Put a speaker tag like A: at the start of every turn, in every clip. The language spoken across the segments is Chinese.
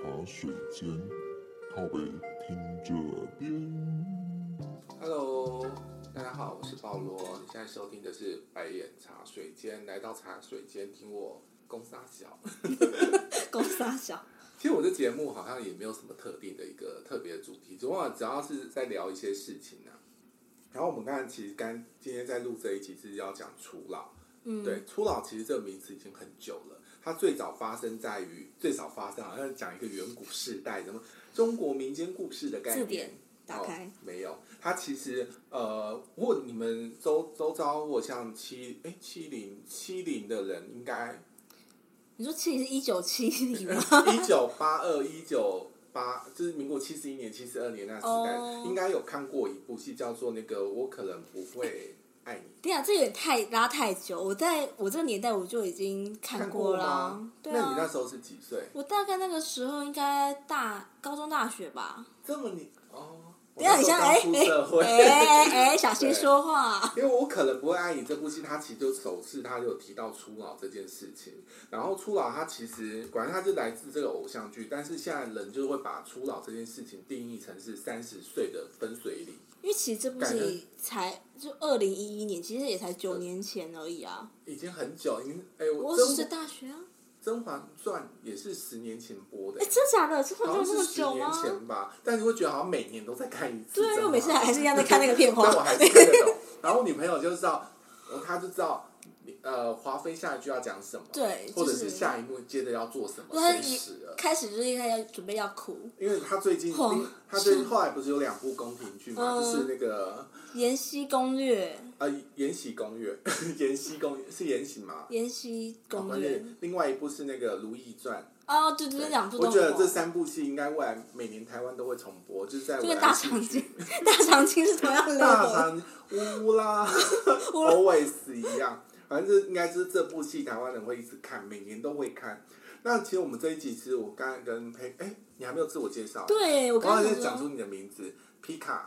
A: 间，靠北听这边。
B: Hello，大家好，我是保罗。你现在收听的是白眼茶水间，来到茶水间听我公撒小。
C: 公傻小，
B: 其实我的节目好像也没有什么特定的一个特别的主题，主要只要是在聊一些事情啊。然后我们刚才其实刚今天在录这一集是要讲初老，
C: 嗯，
B: 对，初老其实这个名词已经很久了。它最早发生在于最早发生，好像讲一个远古世代，什么中国民间故事的概
C: 字
B: 念。
C: 典打开
B: 哦、没有，它其实呃，如果你们周周遭，我像七哎七零七零的人，应 该
C: 你说七零是一九 七零吗？
B: 一九八二一九八，就是民国七十一年、七十二年那时代
C: 哦
B: 应该有看过一部戏叫做那个《我可能不会爱你
C: 对啊，这有点太拉太久。我在我这个年代我就已经》，看
B: 看过
C: 啦
B: 吗。？
C: 对
B: 那你那
C: 啊，
B: 时候是几岁？
C: 我大概那个时候应该大高中大学 吧。
B: 这么你哦，我
C: 等一下，
B: 那时候刚出
C: 你像哎
B: 社会。
C: 哎哎哎，小心
B: 对
C: 说话。
B: 因为我可能不会爱你这部戏，它其实就首次它就有提到初老这件事情。然后初老它其实，果然它是来自这个偶像剧，但是现在人就会把初老这件事情定义成是三十岁的分水岭。
C: 因为其实这部
B: 感
C: 戏
B: 觉
C: 才就二零一一年，其实也才九年前而已啊。
B: 已经很久，已经哎，我
C: 我
B: 甄
C: 只是
B: 《
C: 大学啊。
B: 甄嬛传》也是十年前播的
C: 哎，，真假的？这
B: 好
C: 放
B: 像
C: 了这
B: 是
C: 么
B: 十
C: 久
B: 年
C: 吗？
B: 前吧。但是会觉得好像每年都在看一次。
C: 对啊，因
B: 甄
C: 为
B: 嬛
C: 我每次还是一样在看那个片花
B: 但。我还是看得懂。然后我女朋友就知道，我她就知道，呃，华妃下一句要讲什么，
C: 对
B: 或者
C: 就是
B: 是下一幕接着要做什么，
C: 她
B: 谁
C: 一
B: 死了。
C: 开始就是在准备要哭，
B: 因为她最近
C: 皇，
B: 她最近后来不是有两部宫廷剧嘛，
C: 嗯
B: 就是那个
C: 《延禧攻略》
B: 呃《延禧攻略》《 延禧攻略》是《延禧》吗？
C: 《延禧攻
B: 关
C: 略》
B: 键另外一部是那个《如懿传
C: 哦，对对》对，两部
B: 对，我
C: 都
B: 觉得
C: 很
B: 这
C: 红啊
B: 三部戏应该未来每年台湾都会重播，就是在
C: 就
B: 未
C: 跟
B: 来
C: 大
B: 戏
C: 长
B: 剧
C: 今 大长今是同样的
B: 大
C: level，
B: 长乌 啦，always 一样，反正这应该就是这部戏台湾人会一直看，每年都会看。那其实我们这一集，其实我刚才跟佩，哎、你还没有自我介绍，啊
C: 对我
B: 我
C: 刚
B: 刚才
C: 刚想
B: 讲出
C: 说
B: 你的名字，皮卡，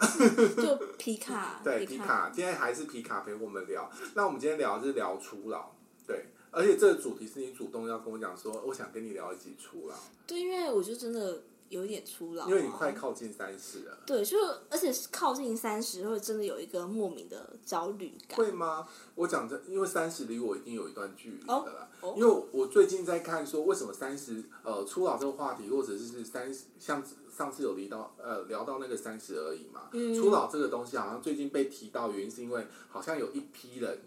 C: 就皮卡，
B: 对，皮
C: 皮，
B: 卡，今天还是皮卡陪我们聊。那我们今天聊的是聊初老，对，而且这个主题是你主动要跟我讲说，我想跟你聊一集初老，
C: 对，因为我就真的有一点初老啊，
B: 因为你快靠近三十了，
C: 对，就而且是靠近三十会真的有一个莫名的焦虑感，
B: 会吗？我讲真，因为三十离我已经有一段距离了啦。
C: 哦哦
B: 因为我最近在看说，为什么三十呃初老这个话题，或者是三十像上次有提到呃聊到那个三十而已嘛，
C: 嗯
B: 初老这个东西好像最近被提到，原因是因为好像有一批人。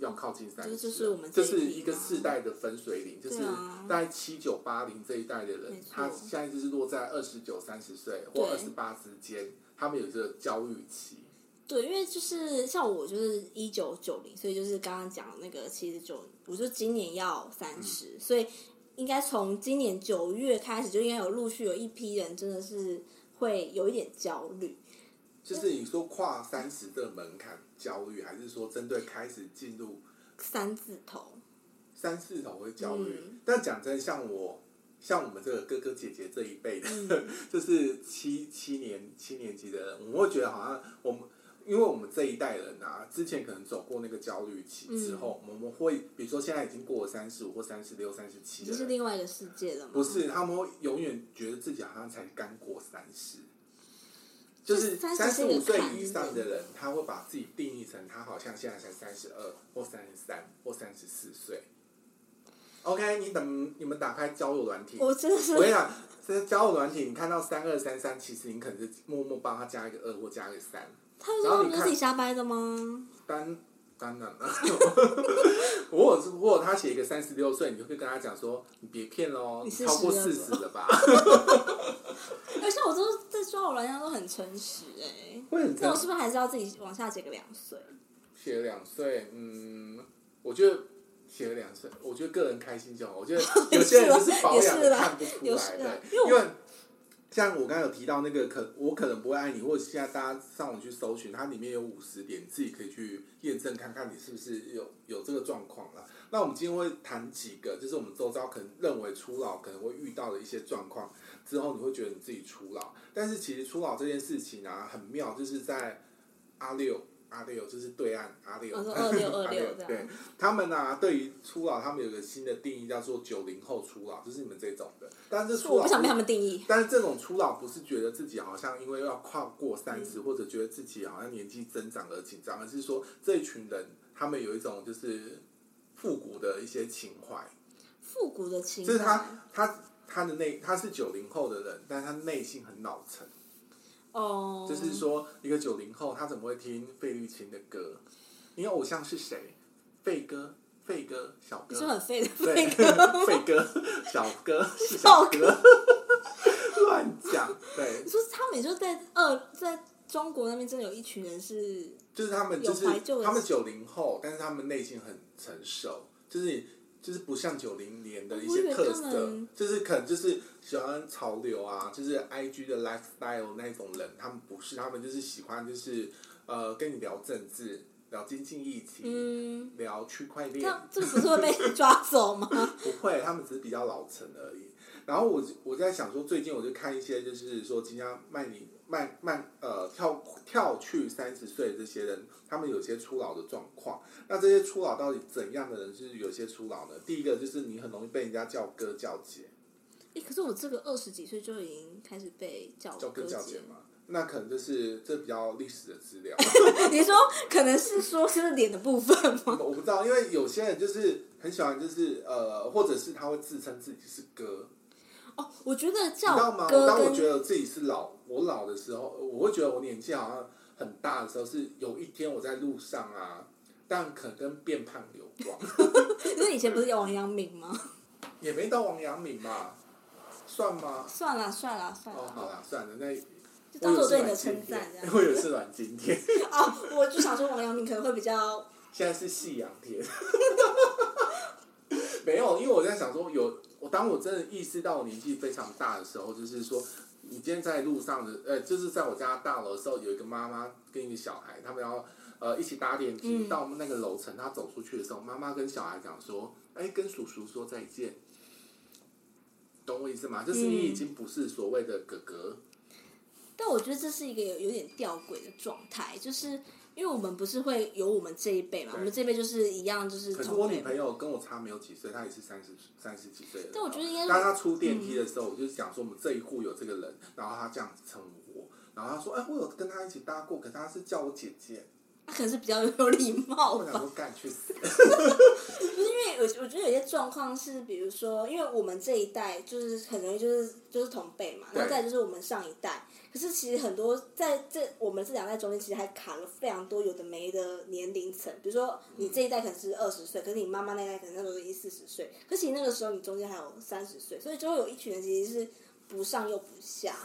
B: 要靠近三十，
C: 就是我们
B: 这
C: 这一
B: 是
C: 批
B: 一个
C: 嘛
B: 世代的分水岭，就是
C: 对啊
B: 大概七九八零这一代的人
C: 没，错
B: 他现在就是落在二十九、三十岁或二
C: 对
B: 十八之间，他们有这个焦虑期。
C: 对，因为就是像我就是一九九零，所以就是刚刚讲的那个七十九，我就今年要
B: 嗯
C: 三十、所以应该从今年九月开始就应该有陆续有一批人真的是会有一点焦虑，
B: 就是你说跨三十的门槛焦虑，还是说针对开始进入
C: 三字头，
B: 三四头会焦虑？
C: 嗯
B: 但讲真，像我，像我们这个哥哥姐姐这一辈的，
C: 嗯
B: 就是七七年七年级的人，我会觉得好像我们。因为我们这一代人啊，之前可能走过那个焦虑期之后，
C: 嗯
B: 我们会比如说现在已经过了三十五或三十六、三十七
C: 已
B: 的
C: 经是
B: 人，
C: 另外一个世界了嘛？
B: 不是他们会永远觉得自己好像才刚过三十，就是
C: 就30
B: 三十
C: 是一
B: 五
C: 个
B: 岁
C: 坎
B: 以上的人，他会把自己定义成他好像现在才三十二或三十三或三十四岁。OK，你等你们打开交友软体，
C: 我真的是
B: 我跟你讲，这交友软体，你看到三二三三，其实你可能是默默帮他加一个二或加一个三。
C: 他们
B: 然后
C: 说
B: 你
C: 不是
B: 看
C: 自己瞎掰的吗？
B: 当当然了， 如果是如果他写一个三十六岁，你就会跟他讲说，你别骗喽，
C: 你
B: 你超过四十
C: 40
B: 了吧？
C: 而哎且我都是在抓我软件都很诚实哎、
B: 会很
C: 那我是不是还是要自己往下减个两岁？
B: 写了两岁，嗯，我觉得写了两岁，我觉得个人开心就好。我觉 得有些人就是保养
C: 也是
B: 的
C: 啦
B: 看不出
C: 也
B: 来
C: 是啦
B: 的，因为像我刚刚有提到那个可我可能不会爱你，或者现在大家上网去搜寻，它里面有五十点，自己可以去验证看看你是不是有有这个状况了。那我们今天会谈几个，就是我们周遭可能认为初老可能会遇到的一些状况，之后你会觉得你自己初老，但是其实初老这件事情啊很妙，就是在阿六阿六就是对岸阿六，
C: 我说26 26这
B: 对
C: 样，
B: 他们啊，对于初老，他们有个新的定义叫做九零后初老，就是你们这种的。但是啊初
C: 我
B: 老
C: 不想被他们定义。
B: 但是这种初老不是觉得自己好像因为要跨过三
C: 嗯
B: 十、或者觉得自己好像年纪增长而紧张，而是说这一群人他们有一种就是复古的一些情怀，
C: 复古的情
B: 就是
C: 感
B: 他他他的内他是九零后的人，但他内心很老成，
C: 哦，
B: 就是说一个九零后他怎么会听费玉清的歌？你偶像是谁？费哥，费哥，小
C: 你
B: 哥，
C: 说很废的
B: 对，
C: 废歌。
B: 费哥，小哥是小哥， 乱讲，对
C: 你，说他们也就在二在中国那边真的有一群人是
B: 就是他们
C: 有
B: 就是
C: 怀旧的
B: 他们九零后，但是他们内心很成熟，就是就是不像九零年的一些特
C: 我以为他
B: 色
C: 们，
B: 就是可能就是喜欢潮流啊，就是 I G 的 lifestyle 那种人，他们不是，他们就是喜欢就是呃跟你聊政治，聊经济议题，
C: 嗯，
B: 聊区块链，
C: 那这个不是 会被抓走吗？
B: 不会，他们只是比较老成而已。然后我我在想说，最近我就看一些，就是说今天卖你卖卖呃跳跳去三十岁这些人，他们有些初老的状况。那这些初老到底怎样的人是有些初老呢？第一个就是你很容易被人家叫哥叫姐，
C: 诶可是我这个二十几岁就已经开始被叫
B: 叫哥
C: 哥
B: 叫姐
C: 姐。
B: 嘛。那可能就是这比较历史的资料，
C: 你说可能是说是脸的部分吗？
B: 我不知道，因为有些人就是很喜欢，就是呃，或者是他会自称自己是哥，
C: 哦，我觉得
B: 你知道
C: 叫
B: 吗？
C: 哥
B: 当我
C: 跟
B: 觉得自己是老，我老的时候，我会觉得我年纪好像很大的时候，是有一天我在路上啊，但可能跟变胖有关，
C: 因为以前不是有王阳明吗？
B: 也没到王阳明嘛，算吗？
C: 算了算了算
B: 哦，
C: 了，
B: 好啦，算了，那
C: 就
B: 我
C: 当
B: 有
C: 做
B: 是
C: 对你的
B: 阮
C: 称
B: 经
C: 赞
B: 天
C: 这，样。
B: 我有是阮经天，
C: 哦，我就想说王阳明可能会比较
B: 现在是夕阳天。 没有，因为我在想说有，我当我真的意识到我年纪非常大的时候，就是说，你今天在路上的，呃，就是在我家大楼的时候，有一个妈妈跟一个小孩，他们要呃一起搭电梯、
C: 嗯
B: 到我们那个楼层，他走出去的时候，妈妈跟小孩讲说，哎，跟叔叔说再见，懂我意思吗？就是你已经不是所谓的哥哥，
C: 但我觉得这是一个有有点吊诡的状态，就是因为我们不是会有我们这一辈嘛，
B: 对
C: 我们这一辈就是一样，就是
B: 可是
C: 同
B: 我女
C: 辈。
B: 朋友跟我差没有几岁，她也是三十三十几岁的人。
C: 但我觉得应该是嗯
B: 当她出电梯的时候，我就讲说我们这一户有这个人，然后她这样子称呼我，然后她说：“哎、我有跟她一起搭过，可她是叫我姐姐。
C: 他可能是比较有礼”貌
B: 我想
C: 吧，
B: 说干去死！
C: 不是因为我我觉得有些状况是，比如说，因为我们这一代就是很容易就是就是同辈嘛，
B: 对
C: 然后再来就是我们上一代，可是其实很多在这我们这两代中间，其实还卡了非常多有的没的年龄层，比如说你这一代可能是二十岁，可是你妈妈那一代可能那时候已经四十岁，可是其实那个时候你中间还有三十岁，所以就会有一群人其实是不上又不下，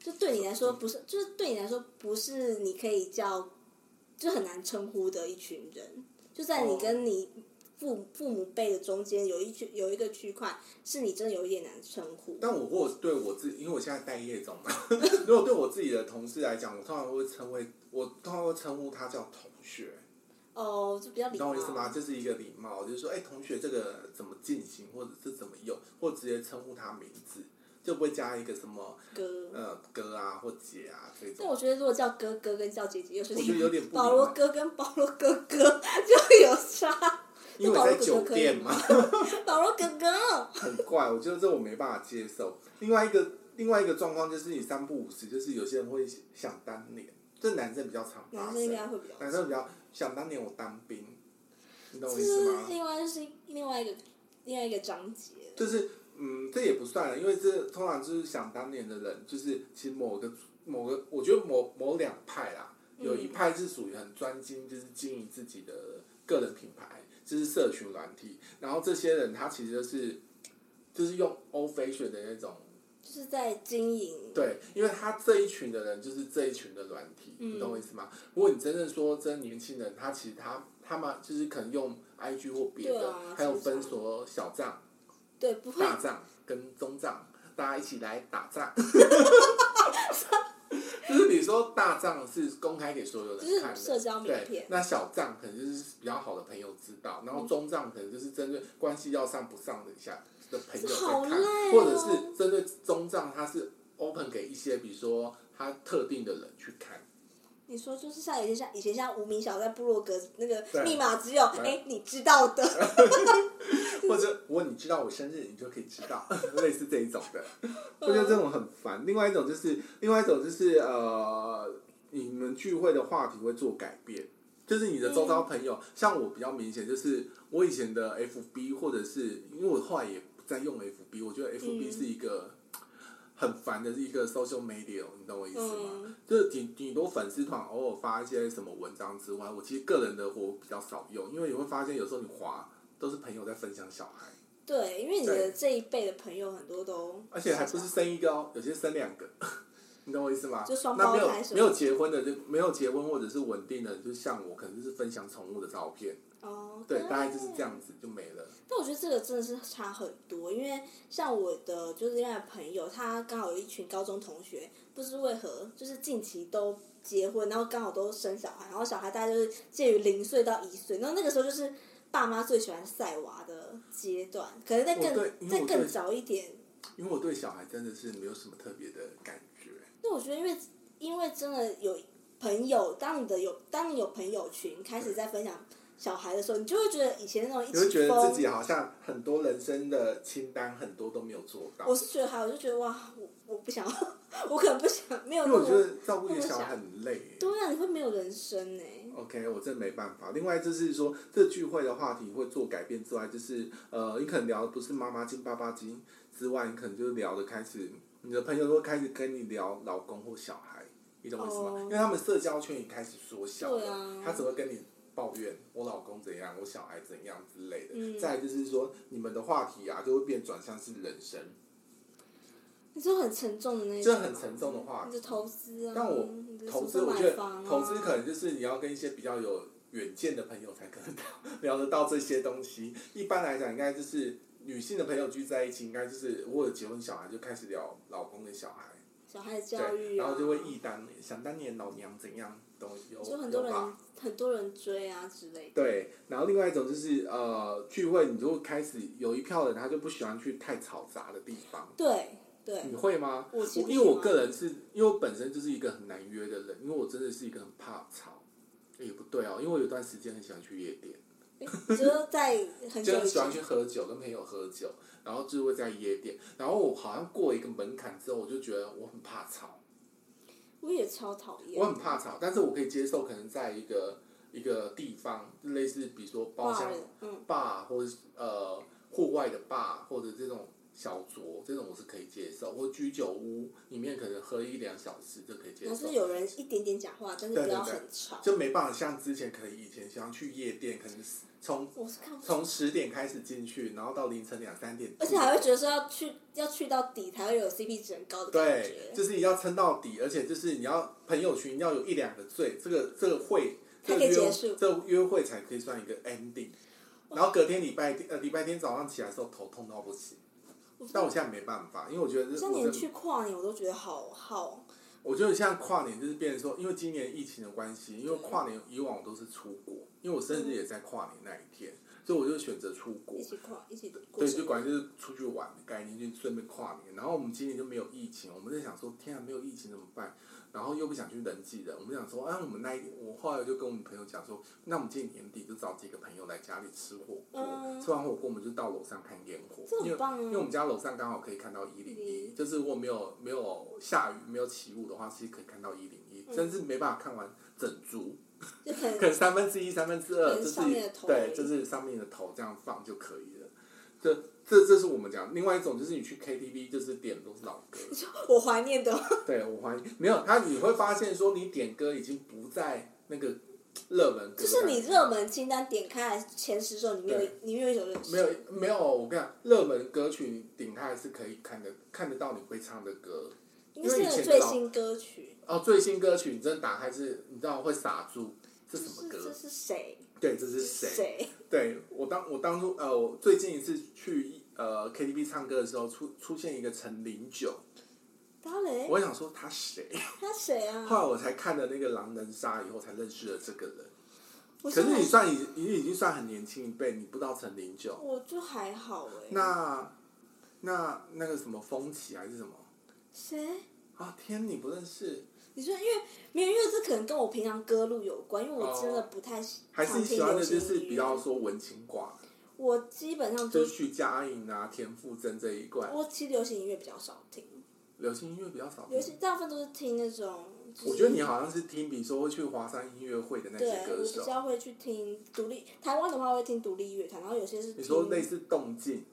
C: 就对你来说不是，就是对你来说不是你可以叫，就很难称呼的一群人，就在
B: 哦
C: 你跟你父父母辈的中间有一区有一个区块，是你真的有一点难称呼。
B: 但我或对我自己，因为我现在待业中嘛， 如果对我自己的同事来讲，我通常会称为我通常会称呼他叫同学。
C: 哦，就比较
B: 你
C: 礼
B: 懂
C: 貌
B: 我意。思吗？这是一个礼貌，就是说，哎、同学，这个怎么进行，或者是怎么用，或直接称呼他名字，就不会加一个什么
C: 哥，
B: 呃哥啊或姐啊这
C: 但
B: 种。
C: 我觉得如果叫哥哥跟叫姐姐，又是
B: 我觉得有点不礼貌
C: 保罗哥跟保罗哥哥就有差。
B: 因为我在酒店嘛，
C: 保罗哥哥，
B: 很怪，我觉得这我没办法接受。另外一个另外一个状况就是你三不五时，就是有些人会想当年，这男生比较常发生
C: 男生应，该会比较。
B: 男生比较想当年我当兵，你懂我
C: 这
B: 意思
C: 是
B: 吗？
C: 另外是另外一个另外一个章节。
B: 就是嗯，这也不算了，因为这通常就是想当年的人，就是其实某个某个，我觉得某某两派啦，有
C: 嗯
B: 一派是属于很专精，就是经营自己的个人品牌，就是社群软体，然后这些人他其实就是就是用 old fashion 的那种。
C: 就是在经营。
B: 对，因为他这一群的人就是这一群的软体，你懂我意思
C: 嗯
B: 吗？如果你真正说真年轻人，他其实他他们就是可能用 IG 或别
C: 对
B: 的，
C: 啊
B: 还有
C: 是不是
B: 分所小账，
C: 对不会
B: 大仗跟中仗，大家一起来打 仗。就是你说大仗是公开给所有
C: 就是
B: 人看的，
C: 社交名
B: 对
C: 片，
B: 那小仗可能就是比较好的朋友知道，然后中仗可能就是针对关系要上不上的一下的朋友
C: 好
B: 在
C: 累
B: 看，
C: 哦
B: 或者是针对中仗，它是 open 给一些比如说他特定的人去看。
C: 你说就是像以前像以前像无名小在部落格那
B: 对
C: 个密码只有
B: 对
C: 哎你知道的，
B: 或者我你知道我生日，你就可以知道， 类似这一种的。我觉得这种很烦。另外一种就是，另外一种就是呃，你们聚会的话题会做改变，就是你的周遭朋友，
C: 嗯
B: 像我比较明显，就是我以前的 FB 或者是因为我后来也不再用 FB，我觉得 FB
C: 嗯
B: 是一个。很烦的一个 social media，你懂我意思吗？
C: 嗯
B: 就是顶顶多粉丝团偶尔发一些什么文章之外，我其实个人的我比较少用，因为你会发现有时候你滑都是朋友在分享小孩，
C: 对，因为你的
B: 对
C: 这一辈的朋友很多都，
B: 而且还不是生一个哦，有些生两个， 你懂我意思吗？
C: 就双
B: 那
C: 胞
B: 没有
C: 胎什么
B: 没有结婚的就没有结婚或者是稳定的，就像我可能就是分享宠物的照片，
C: 哦，
B: 对，大概就是这样子就没了。
C: 但我觉得这个真的是差很多，因为像我的就是另外朋友，他刚好有一群高中同学，不知为何就是近期都结婚，然后刚好都生小孩，然后小孩大概就是介于零岁到一岁，然后那个时候就是爸妈最喜欢晒娃的阶段，可能再
B: 我对因为
C: 更再
B: 我对
C: 更早一点。
B: 因为我对小孩真的是没有什么特别的感觉，
C: 那我觉得，因为因为真的有朋友，当你的有当你有朋友群开始在分享小孩的时候，你就会觉得以前那种一
B: 你会觉
C: 起
B: 得
C: 疯
B: 自，己好像很多人生的清单很多都没有做到
C: 我。是觉得还有，我就觉得哇，我我不想， 我可能不想，没有
B: 因
C: 那
B: 为我觉
C: 么
B: 得照顾一个小孩很累。
C: 对啊，你会没有人生呢、
B: OK，我真没办法。另外就是说，这聚会的话题会做改变之外，就是呃，你可能聊的不是妈妈经、爸爸经之外，你可能就是聊的开始，你的朋友会开始跟你聊老公或小孩，你懂我意思吗
C: 哦
B: 因为他们社交圈也开始缩小
C: 对
B: 了，
C: 啊
B: 他只会跟你抱怨我老公怎样，我小孩怎样之类的。
C: 嗯
B: 再来就是说，你们的话题啊，就会变转向是人生。
C: 你就很沉重的那种
B: 这
C: 啊，
B: 很沉重的话题
C: 你的投资啊，
B: 但我
C: 你的
B: 投
C: 什
B: 资，
C: 么
B: 我
C: 买
B: 觉得
C: 房啊
B: 投资可能就是你要跟一些比较有远见的朋友才可能聊聊得到 这些东西。一般来讲，应该就是女性的朋友聚在一起，应该就是如果有结婚小孩就开始聊老公跟小孩，
C: 小孩的教
B: 对，
C: 育、啊，
B: 然后就会忆当年，想当年老娘怎样都有，
C: 就很多
B: 有吧
C: 人很多人追啊之类的，
B: 对，然后另外一种就是呃聚会，你就会开始有一票人他就不喜欢去太嘈杂的地方。
C: 对对，
B: 你会吗？
C: 我其实不
B: 因为我
C: 喜欢
B: 个人是因为我本身就是一个很难约的人，因为我真的是一个很怕吵。也不对哦，因为我有段时间很喜欢去夜店，
C: 你就是在很
B: 就
C: 久
B: 很
C: 以
B: 喜欢去
C: 前
B: 喝酒，跟朋友喝酒，然后就会在夜店。然后我好像过了一个门槛之后，我就觉得我很怕吵，
C: 我也超讨厌，
B: 我很怕吵，但是我可以接受，可能在一个一个地方，就类似比如说包厢
C: Bar，嗯，
B: bar 或者是呃户外的 bar 或者这种小酌，这种我是可以接受，或居酒屋里面可能喝一两小时就可以接
C: 然后
B: 受
C: 是。有人一点点讲话，但是
B: 对
C: 不
B: 对
C: 要
B: 对
C: 很吵。
B: 就没办法像之前，可能以前想要去夜店，可能是从
C: 我是看不，
B: 从十点开始进去，然后到凌晨两三点，
C: 而且还会觉得说要去要去到底才会有 CP 值很高的感
B: 对
C: 觉，，
B: 就是你要撑到底，而且就是你要朋友群要有一两个醉，这个这个会，这
C: 才
B: 个
C: 可以
B: 约
C: 结束
B: 这个约会才可以算一个 ending。然后隔天礼拜天呃礼拜天早上起来的时候头痛到不行，
C: 我不知
B: 但
C: 道
B: 我现在没办法，因为我觉得这
C: 像
B: 我
C: 连
B: 这
C: 去跨年我都觉得好好，
B: 我觉得像跨年就是变成说，因为今年疫情的关系，因为跨年以往我都是出国，因为我生日也在跨年那一天，所以我就选择出国
C: 一。起跨一起过
B: 对，
C: 生
B: 就
C: 日
B: 管就是出去玩的概念，就顺便跨年。然后我们今年就没有疫情，我们在想说，天啊，没有疫情怎么办？然后又不想去人挤人，我们想说，哎、我们那一我后来就跟我们朋友讲说，那我们今年年底就找几个朋友来家里吃火锅，
C: 嗯
B: 吃完火锅我们就到楼上看烟火，
C: 这很
B: 因为
C: 棒啊
B: 因为我们家楼上刚好可以看到一零一，
C: 101
B: 就是如果没有没有下雨没有起雾的话，其实可以看到一零一，
C: 嗯
B: 但是没办法看完整株，
C: 就可能
B: 可能三分之一、三分之二，
C: 可
B: 就
C: 能
B: 是
C: 上面的头而
B: 对，
C: 已
B: 就是上面的头这样放就可以了。这这这是我们讲，另外一种就是你去 KTV，就是点都是老 歌。
C: 我怀念的，
B: 对我怀疑没有他，你会发现说你点歌已经不在那个热门歌单，
C: 就是你热门清单点开来前十首，里面有
B: 对
C: 里面有一首认识，
B: 没有没有，我跟你讲，热门歌曲你顶它还是可以看得看得到你会唱的歌。
C: 应该
B: 因
C: 是
B: 为以前
C: 那个
B: 的
C: 最
B: 老
C: 新歌曲，
B: 哦，最新歌曲你真的打开是，你知道会傻住，这
C: 这
B: 什么
C: 是
B: 歌？
C: 这是谁？
B: 对，这是
C: 这
B: 谁？
C: 谁？
B: 对我当我当初呃，我最近一次去呃 KTV 唱歌的时候，出出现一个陈零九，
C: 他嘞？
B: 我想说他谁？
C: 他谁啊？
B: 后来我才看了那个《狼人杀》以后，才认识了这个人。
C: 我
B: 可
C: 现
B: 是
C: 在
B: 你算已你已经算很年轻一辈，你不知道陈零九。
C: 我就还好哎、
B: 那那那个什么风起还是什么
C: 谁？
B: 啊？天，你不认识？
C: 你说，因为没有，因为这可能跟我平常歌路有关，因为我真的不太
B: 哦还是
C: 常
B: 你
C: 听
B: 喜欢
C: 流
B: 的就
C: 行
B: 是
C: 音
B: 比
C: 乐
B: 较说文青挂，
C: 我基本上
B: 就
C: 就是
B: 徐佳莹啊、田馥甄这一块，
C: 我其实流行音乐比较少听，
B: 流行音乐比较少
C: 流
B: 听。
C: 行大部分都是听那种。就是
B: 我觉得你好像是听，比如说会去华山音乐会的那
C: 对，
B: 些
C: 我
B: 歌
C: 比
B: 手，
C: 较会去听独立台湾的话，会听独立乐团，然后有些是
B: 你说类
C: 听，
B: 似动静、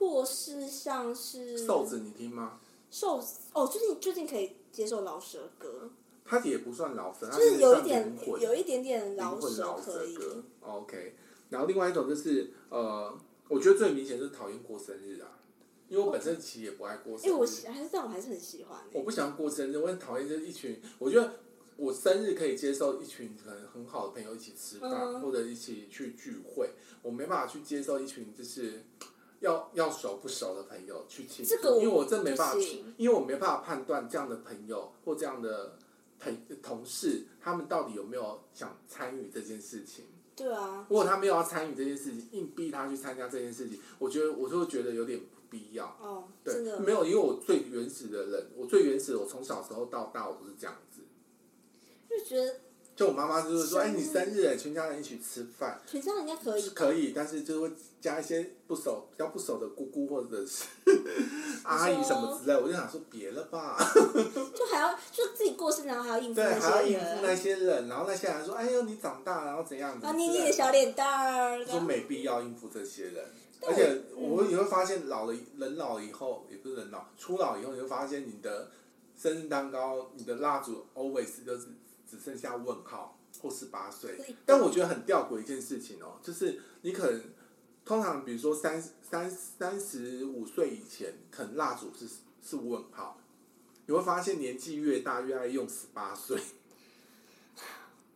C: 或是像是
B: 瘦子，你听吗？
C: 瘦子哦，最近最近可以接受老舌歌，
B: 他也不算老神，他
C: 就是有一
B: 算
C: 点
B: 灵魂
C: 有一点点
B: 灵
C: 饶
B: 魂
C: 舌
B: 老
C: 可
B: 舌
C: 以，
B: 歌。OK，然哦后另外一种就是呃，我觉得最明显就是讨厌过生日啊，因为我本身其实也不爱过
C: 因为
B: 生
C: 我
B: 日，
C: 喜还是但我还是很喜欢欸、
B: 我不喜欢过生日，我很讨厌就是一群，我觉得。我生日可以接受一群可能很好的朋友一起吃饭，
C: 嗯
B: 或者一起去聚会，我没办法去接受一群就是要要熟不熟的朋友去庆祝，
C: 这个
B: 因
C: 我
B: 为我真没办法
C: 不
B: 去
C: 行，
B: 因为我没办法判断这样的朋友或这样的朋同事，他们到底有没有想参与这件事情。
C: 对啊，
B: 如果他没有要参与这件事情，硬逼他去参加这件事情，我觉得我就会觉得有点不必要。
C: 哦，
B: 对
C: 真，的
B: 没有，因为我最原始的人，我最原始，我从小时候到大我都是这样子。
C: 就觉得
B: 就我妈妈就是说，哎、
C: 生日
B: 你生日哎，全家人一起吃饭
C: 全家人应该可以
B: 是
C: 吧，
B: 可以，但是就是会加一些不熟、比较不熟的姑姑或者是 阿姨什么之类，我就想说别了吧。
C: 就还要就自己过生日，然后还要应付
B: 对，还要
C: 那些
B: 应付那
C: 人，
B: 些人，然后那些人说，哎呦你长大，然后怎样？
C: 然
B: 怎
C: 后捏
B: 么之类
C: 捏你的小脸蛋儿，啊
B: 就
C: 这
B: 说
C: 样
B: 没必要应付这些人。
C: 但
B: 而
C: 我
B: 且我也会发现，老了人老了以后，也不是人老，初老以后，你会发现你的生日蛋糕、你的蜡烛 always 就是只剩下问号或十八岁
C: 对。
B: 但我觉得很吊诡一件事情哦，就是你可能通常比如说三三三十五岁以前，可能蜡烛是是问号，你会发现年纪越大越爱用十八岁。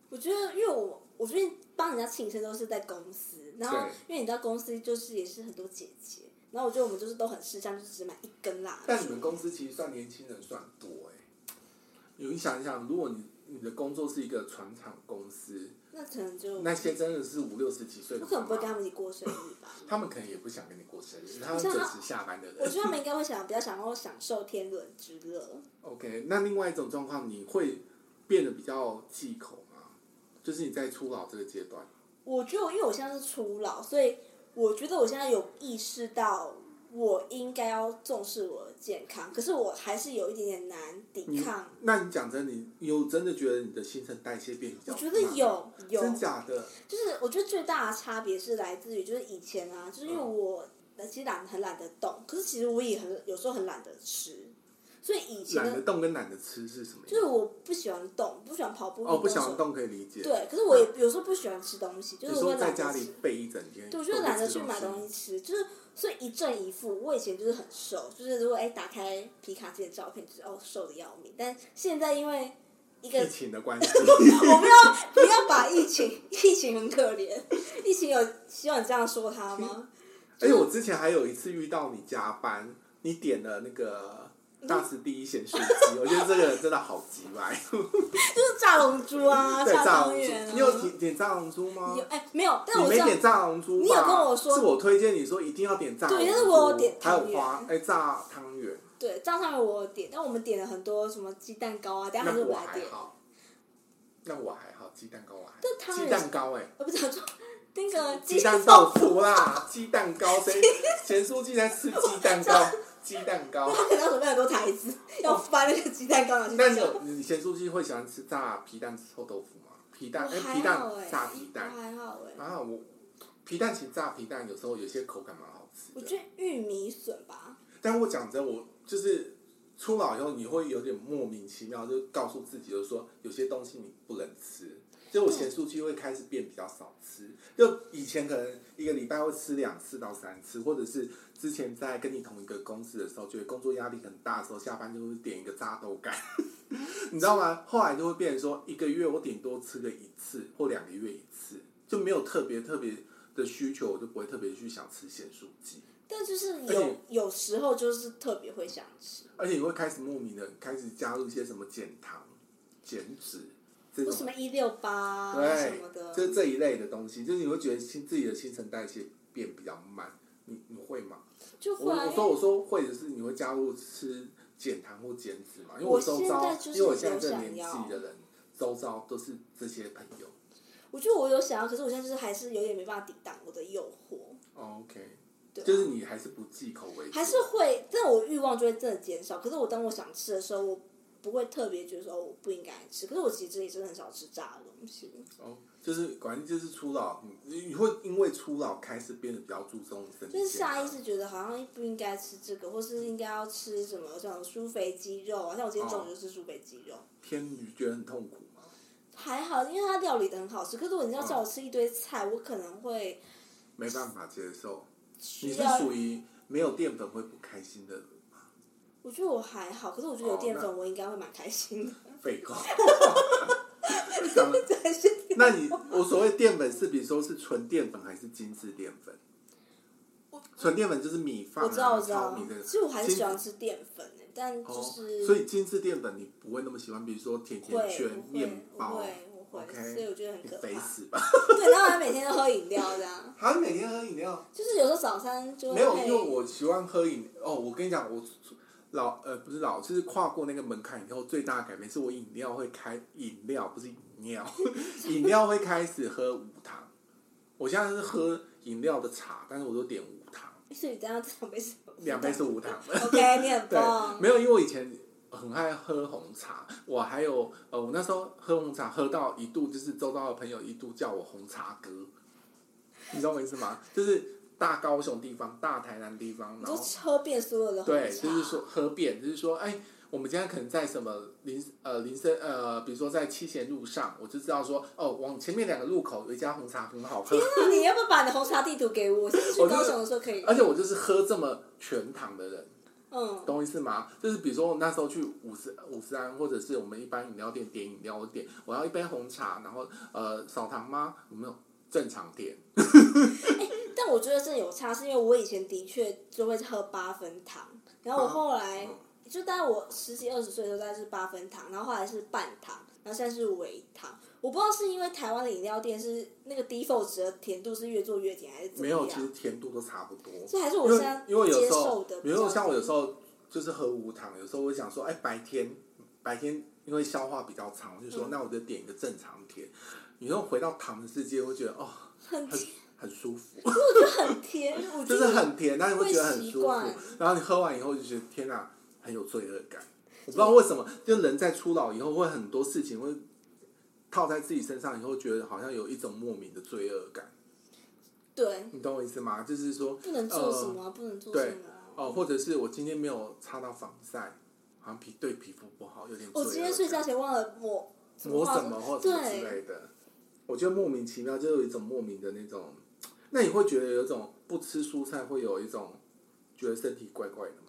C: 我觉得，因为我我最近帮人家庆生都是在公司，然后
B: 对
C: 因为你知道公司就是也是很多姐姐，然后我觉得我们就是都很识相，就是只买一根蜡
B: 但你
C: 烛。
B: 们公司其实算年轻人算多哎、有你想一想，如果你你的工作是一个船厂公司，
C: 那可能就
B: 那些真的是五六十几岁的
C: 我
B: 妈
C: 可
B: 妈，
C: 能不会跟他们一起过生日吧。
B: 他们可能也不想跟你过生日，他们
C: 像
B: 准
C: 他
B: 时下班的
C: 我
B: 人
C: 觉。得他们应该会想比较想要享受天伦之乐，
B: OK，那另外一种状况，你会变得比较忌口吗？就是你在初老这个阶段，
C: 我觉得我，因为我现在是初老，所以我觉得我现在有意识到我应该要重视我的健康，可是我还是有一点点难
B: 你
C: 抵抗。
B: 那你讲真的，你有真的觉得你的新陈代谢变比较
C: 我
B: 慢
C: 觉
B: 吗？
C: 得有有，
B: 真假的？
C: 就是我觉得最大的差别是来自于就是以前啊，就是因为
B: 嗯
C: 我呃其实懒很懒得动，可是其实我也很有时候很懒得吃，所以以前
B: 懒得
C: 的
B: 动跟懒得吃是什么意
C: 就是
B: 思？
C: 我不喜欢动，不喜欢跑步，
B: 哦，不
C: 运
B: 想
C: 动
B: 动可以理解。
C: 什么。对，可是我也有时候不喜欢吃东西，就是
B: 你
C: 我
B: 说
C: 会
B: 在
C: 懒
B: 家
C: 得
B: 里
C: 吃。
B: 备一整天，
C: 对，我就是
B: 都
C: 懒
B: 不
C: 得
B: 吃
C: 去买
B: 东
C: 东西吃，就是所以一正一负。我以前就是很瘦，就是如果哎打开皮卡自己的照片，就是哦瘦的要命。但现在因为一个
B: 疫情的 关系，
C: 我不要不要把疫情，疫情很可怜。疫情有希望你这样说 他吗？
B: 而且我之前还有一次遇到你加班，你点了那个大池第一咸水鸡，我觉得这个人真的好急 歪，
C: 就是炸龙珠啊，
B: 对
C: 炸
B: 炸
C: 汤
B: 龙珠
C: 圆啊。，
B: 你有点点炸龙珠吗
C: 你有？哎、没有，但
B: 你
C: 我
B: 没
C: 知道
B: 点炸龙珠吧，
C: 你有跟我说
B: 是我推荐你说一定要点炸龙珠，
C: 对但是我有点
B: 还有
C: 汤圆
B: 花，哎，炸汤圆，
C: 对炸汤圆我有点，但我们点了很多什么鸡蛋糕啊，等一
B: 那
C: 下还是
B: 我
C: 来
B: 还
C: 点。
B: 好，那我还好，鸡蛋糕我还好，
C: 但汤
B: 鸡
C: 圆
B: 蛋糕哎，
C: 我不想说那个
B: 鸡蛋
C: 糕，
B: 豆腐啦，鸡蛋糕，谁咸酥鸡在吃鸡蛋糕， 鸡蛋糕。
C: 他可能要准备很多台子，要把那个鸡蛋糕拿去
B: 那你
C: 炸
B: 有你咸酥鸡会喜欢吃炸皮蛋臭豆腐吗？皮蛋
C: 我
B: 哎、
C: 还
B: 皮蛋
C: 好哎、
B: 炸皮蛋
C: 我还好哎、
B: 啊，我皮蛋其实炸皮蛋有时候有些口感蛮好吃
C: 我
B: 的。
C: 觉得玉米笋吧，
B: 但我讲真，我就是初老以后，你会有点莫名其妙，就告诉自己，就是说有些东西你不能吃。就我咸酥鸡会开始变比较少吃，就以前可能一个礼拜会吃两次到三次，或者是之前在跟你同一个公司的时候，觉得工作压力很大的时候，下班就会点一个炸豆干， 你知道吗？后来就会变成说，一个月我顶多吃个一次或两个月一次，就没有特别特别的需求，我就不会特别去想吃咸酥鸡。
C: 但就是
B: 而
C: 有
B: 且
C: 有时候就是特别会想吃。
B: 而且你会开始莫名的开始加入一些什么减糖、减脂这
C: 或什
B: 种，
C: 么一六八啊什
B: 对
C: 么，
B: 就
C: 的，
B: 这一类的东西，就是你会觉得新自己的新陈代谢变比较慢，你你会吗？
C: 就
B: 我
C: 会啊
B: 我
C: 因
B: 说
C: 为
B: 我说会的是你会加入吃减糖或减脂嘛？因为
C: 我
B: 周
C: 现
B: 遭
C: 在，就
B: 因
C: 是
B: 为我现在
C: 有
B: 这个
C: 想
B: 年
C: 要
B: 纪的人，周遭都是这些朋友。
C: 我觉得我有想要，可是我现在就是还是有点没办法抵挡我的诱惑，
B: 哦 OK，
C: 对啊
B: 就是你还是不忌口为主，
C: 还是会，但我欲望就会真的减少。可是我当我想吃的时候，我不会特别觉得说哦我不应该吃。可是我其实这里真的很少吃炸的东西。
B: 哦，就是反正就是初老，你你会因为初老开始变得比较注重身体
C: 就是
B: 健康，
C: 下意识觉得好像不应该吃这个，或是应该要吃什么像苏肥鸡肉啊，像我今
B: 哦
C: 天中午就吃苏肥鸡肉，
B: 偏你觉得很痛苦吗？
C: 还好，因为它料理的很好吃。可是如果你要
B: 嗯
C: 叫我吃一堆菜，我可能会
B: 没办法接受，你
C: 需
B: 是
C: 要。
B: 属于没有淀粉会不开心的
C: 我觉得我还好，可是我觉得有
B: 哦
C: 淀粉，我应该会蛮开心的。
B: 废 话。讲了那你我所谓淀粉是，比如说是纯淀粉还是精致淀粉？纯淀粉就是米饭、啊，
C: 我知道，我知
B: 糙
C: 道
B: 米的。，
C: 其实我还是
B: 精
C: 喜欢吃淀粉的，但就
B: 哦
C: 是、
B: 所以精致淀粉你不会那么喜欢，比如说甜
C: 会
B: 甜圈、
C: 我会
B: 面
C: 我
B: 包
C: 会我会，所以我
B: ，OK，
C: 觉得很
B: 你
C: 可
B: 肥
C: 怕。
B: 死吧！
C: 对，然后还每天都喝饮料这样，
B: 好像每天喝饮料，
C: 就是有时候早餐就会
B: 没有，
C: 配
B: 因为我喜欢喝饮哦。我跟你讲，我老呃不是老，就是跨过那个门槛以后，最大的改变是我饮料会开饮料， 不是饮料，饮料会开始喝无糖。我现在是喝饮料的茶，但是我都点无糖，
C: 所以这样这两杯是
B: 两杯是无糖的。 哦
C: OK，你很
B: 对
C: 棒，。
B: 没有，因为我以前很爱喝红茶，我还有呃，我那时候喝红茶喝到一度，就是周遭的朋友一度叫我红茶哥，你懂我意思吗？就是大高雄地方、大台南地方，
C: 你
B: 然
C: 就
B: 后
C: 喝遍所有的红
B: 对，
C: 茶
B: 就是 说喝遍，就是说，哎，我们今天可能在什么林呃林森呃，比如说在七贤路上，我就知道说，哦，往前面两个路口有一家红茶很好喝，
C: 那你要不要把你的红茶地图给我？下次去
B: 我就是
C: 高雄的时候可以。
B: 而且我就是喝这么全糖的人。
C: 嗯，
B: 懂我意思吗？就是比如说我那时候去五十五十安，或者是我们一般饮料店点饮料，我点我要一杯红茶，然后呃少糖吗？有没有正常点？
C: 但我觉得真的有差，是因为我以前的确就会喝八分糖，然
B: 啊
C: 后我后来、
B: 嗯
C: 就大概我十几二十岁的时候，大概是八分糖，然后后来是半糖，然后现在是微糖。我不知道是因为台湾的饮料店是那个 default 值的甜度是越做越甜，还是怎么
B: 没
C: 样？
B: 有，其实甜度都差不多。
C: 这还是我
B: 因
C: 现
B: 为
C: 在
B: 因为有
C: 接
B: 时
C: 受
B: 候
C: 的，比
B: 比如
C: 较
B: 说像我有时候就是喝无糖，有时候我想说，哎，白天白天因为消化比较长，我就说、
C: 嗯
B: 那我就点一个正常甜。你又回到糖的世界，会觉得哦，
C: 很
B: 很
C: 甜，
B: 很舒服，
C: 很甜，我 觉
B: 就
C: 得
B: 是很甜，但是会觉得
C: 会
B: 很
C: 习
B: 舒服
C: 惯。
B: 然后你喝完以后就觉得天哪、很有罪恶感。我不知道为什么，就人在初老以后会很多事情会套在自己身上，以后觉得好像有一种莫名的罪恶感。
C: 对，
B: 你懂我意思吗？就是说，
C: 不能做什么啊、不能做什
B: 呃对
C: 么啊、
B: 哦、或者是我今天没有擦到防晒，好像皮对皮肤不好，有点罪恶
C: 我
B: 感。
C: 哦今天睡觉前忘了抹
B: 抹
C: 化
B: 什
C: 妆
B: 么或什么之
C: 对，
B: 类的，我觉得莫名其妙就有一种莫名的那种，那你会觉得有一种不吃蔬菜会有一种觉得身体怪怪的吗？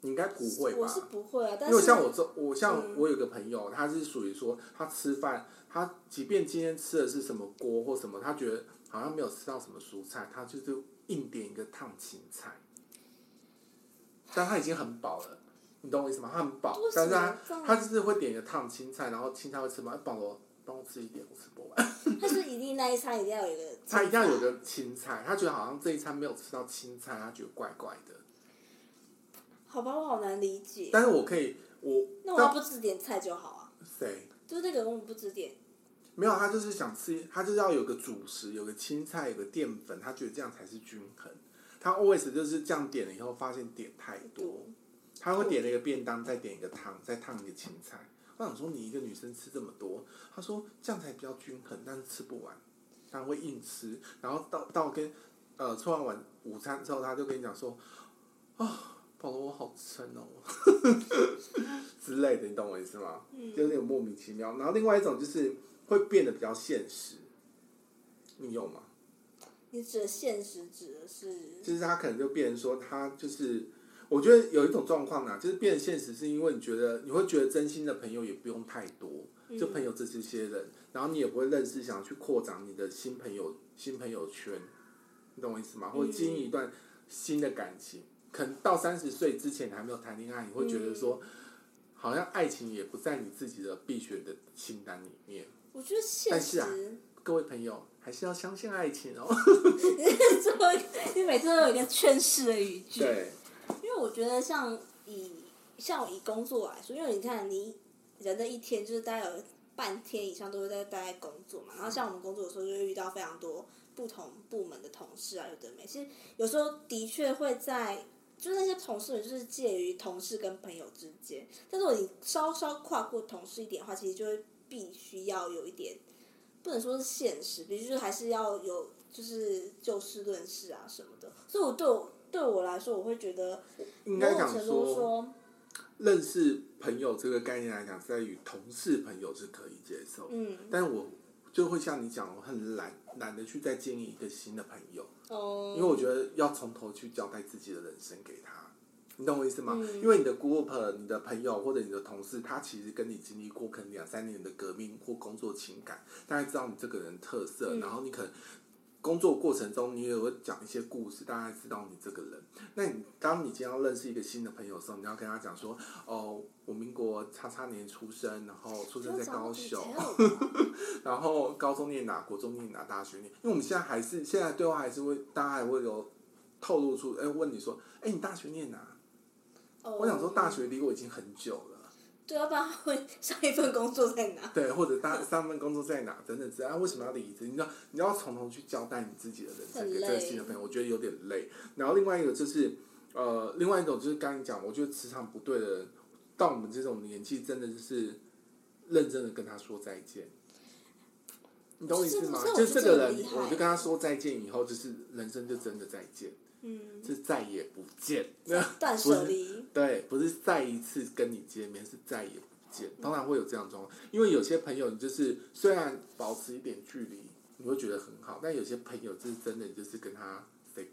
B: 你应该不会吧？
C: 我是不会啊，但
B: 因为
C: 是
B: 像我这，我
C: 嗯
B: 像我有个朋友，他是属于说，他吃饭，他即便今天吃的是什么锅或什么，他觉得好像没有吃到什么蔬菜，他就是硬点一个烫青菜，但他已经很饱了，你懂我意思吗？他很饱
C: 为，
B: 但
C: 什
B: 是
C: 么
B: 他
C: 这样
B: 他就是会点一个烫青菜，然后青菜会吃吗？哎，保罗，帮我吃一点，我吃不完。
C: 他是一定那一餐一定要有一个，
B: 他一定要有。个青菜，他觉得好像这一餐没有吃到青菜，他觉得怪怪的。
C: 好吧，我好难理解。
B: 但是我可以，我
C: 那我要不吃点菜就好啊，
B: 谁？
C: 就是那个我们不吃点，
B: 没有，他就是想吃，他就是要有个主食，有个青菜，有个淀粉，他觉得这样才是均衡。他 always 就是这样点了以后，发现点太多，他会点了一个便当，再点一个汤，再烫一个青菜。我想说，你一个女生吃这么多，他说这样才比较均衡，但是吃不完，他会硬吃，然后到到跟呃吃完晚午餐之后，他就跟你讲说，啊、保罗我好撑哦 之类的，你懂我意思吗？
C: 嗯
B: 就有点莫名其妙。然后另外一种就是会变得比较现实，你有吗？
C: 你指的现实指的是
B: 就是他可能就变成说，他就是我觉得有一种状况呢、就是变得现实，是因为你觉得你会觉得真心的朋友也不用太多，就朋友这这些人，然后你也不会认识，想要去扩展你的新朋友新朋友圈，你懂我意思吗？或者经营一段新的感情，可能到三十岁之前你还没有谈恋爱，你会觉得说，好像爱情也不在你自己的必选的清单里面。
C: 我觉得现
B: 但是
C: 实，
B: 啊各位朋友，还是要相信爱情哦。
C: 最后一个你每次都有一个劝世的语句，
B: 对，
C: 因为我觉得像以像我以工作来说，因为你看你人的一天就是大概有半天以上都是在待在工作嘛，然后像我们工作的时候就会遇到非常多不同部门的同事啊，有的没，其实有时候的确会在。就是那些同事，就是介于同事跟朋友之间。但是我你稍稍跨过同事一点的话，其实就会必须要有一点，不能说是现实，比如就是还是要有，就是就事论事啊什么的。所以我对我对我来说，我会觉得
B: 应
C: 某
B: 该
C: 种
B: 讲
C: 程度
B: 说，
C: 说，
B: 认识朋友这个概念来讲，在于同事朋友是可以接受，
C: 嗯，
B: 但我就会像你讲，我很懒，懒得去再建立一个新的朋友。
C: 哦，
B: 因为我觉得要从头去交代自己的人生给他，你懂我意思吗？
C: 嗯
B: 因为你的 group、你的朋友或者你的同事，他其实跟你经历过可能两三年的革命或工作情感，大概知道你这个人特色，
C: 嗯
B: 然后你可能。工作过程中，你也会讲一些故事，大家知道你这个人。那你当你今天要认识一个新的朋友的时候，你要跟他讲说：“哦，我民国叉叉年出生，然后出生在高雄， 然后高中念哪，国中念哪，大学念，因为我们现在还是现在对话还是会，大家还会有透露出，哎，问你说，哎，你大学念哪？我想说，大
C: 哦
B: 学离我已经很久了，
C: 对，要不然他会上一份工作在哪？
B: 对，或者大上份工作在哪等等之类，啊，为什么要离职？你知道，你要从头去交代你自己的人生
C: 很
B: 给这个
C: 累
B: 新的朋友，我觉得有点累。然后另外一个就是，呃，另外一种就是刚刚你讲，我觉得磁场不对的人，到我们这种年纪，真的就是认真的跟他说再见。你懂我意思吗？
C: 这
B: 就这
C: 这
B: 个
C: 我觉得这个很厉
B: 人，
C: 害
B: 我就跟他说再见以后，就是人生就真的再见，
C: 嗯，
B: 就再也不见。
C: 断舍离，
B: 对，不是再一次跟你见面，是再也不见。当然会有这样的状况，因为有些朋友你就是虽然保持一点距离，你会觉得很好，但有些朋友就是真的你就是跟他 say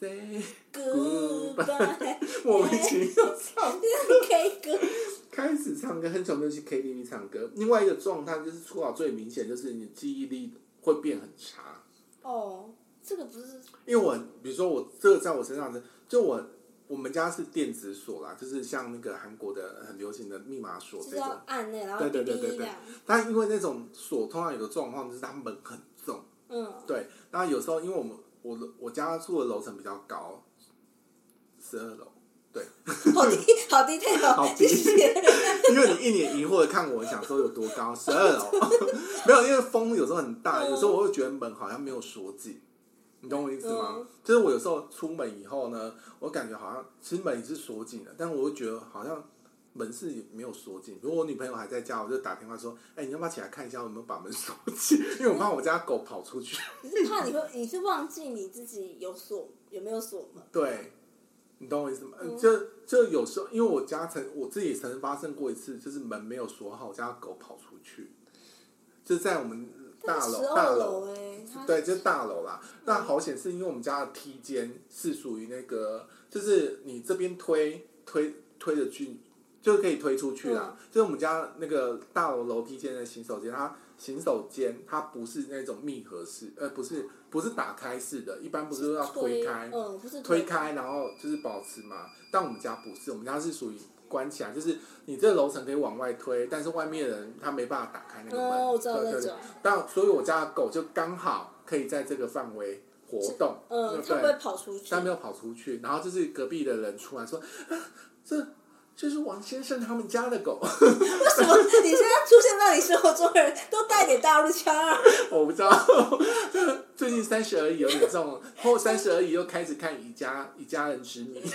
B: goodbye，say
C: Goodbye，
B: 莫名其 妙唱，
C: K 歌，
B: 开始唱歌，很久没有去 KTV 唱歌。另外一个状态就是初老最明显，就是你记忆力会变很差。
C: 哦，这个不是
B: 因为我比如说我这个在我身上是，就我我们家是电子锁啦，就是像那个韩国的很流行的密码锁
C: 就是
B: 这种
C: 要。按那，然后
B: 对对
C: 哔
B: 对
C: 哔
B: 对对
C: 两，
B: 但因为那种锁通常有个状况就是它门很重，
C: 嗯，
B: 对。那有时候因为我们我的我家住的楼层比较高，十二楼，对。
C: 好低好低配
B: 好
C: 哦，
B: 低
C: 谢谢。
B: 因为你一脸疑惑的看我，想说有多高，十二楼。 没有，因为风有时候很大，
C: 嗯
B: 有时候我会觉得门好像没有锁紧，你懂我意思吗？
C: 嗯
B: 就是我有时候出门以后呢，我感觉好像其实门也是锁紧的，但我会觉得好像门是没有锁紧。如果我女朋友还在家，我就打电话说：“哎、你要不要起来看一下我有没有把门锁紧？”因为我怕我家狗跑出去。
C: 你是怕你会，你是忘记你自己有锁有没有锁门？
B: 对，你懂我意思吗？呃
C: 嗯
B: 就就有时候，因为我家曾我自己曾发生过一次，就是门没有锁好，我家狗跑出去，就在我们大
C: 十
B: 楼大
C: 二
B: 楼
C: 楼哎，它
B: 对，就是大楼啦。那好险是因为我们家的梯间是属于那个，就是你这边推推推的去，就是可以推出去啦。就是我们家那个大楼楼梯间的洗手间，它洗手间它不是那种密合式，呃，不是不是打开式的，一般不是都要推开，
C: 嗯，不是
B: 推，开，然后就是保持嘛。但我们家不是，我们家是属于关起来，就是你这楼层可以往外推，但是外面的人他没办法打开那个门。
C: 哦，我知道
B: 对
C: 那
B: 对对
C: 种，
B: 但所以我家的狗就刚好可以在这个范围活动，
C: 嗯，它
B: 对
C: 不会跑出去
B: 但，没有跑出去。然后就是隔壁的人出来说：“啊、这这是王先生他们家的狗。
C: 为什么你现在出现在你生活中的人都带点大陆腔啊？”
B: 我不知道，最近三十而已有点重，后三十而已又开始看以家以家人之名。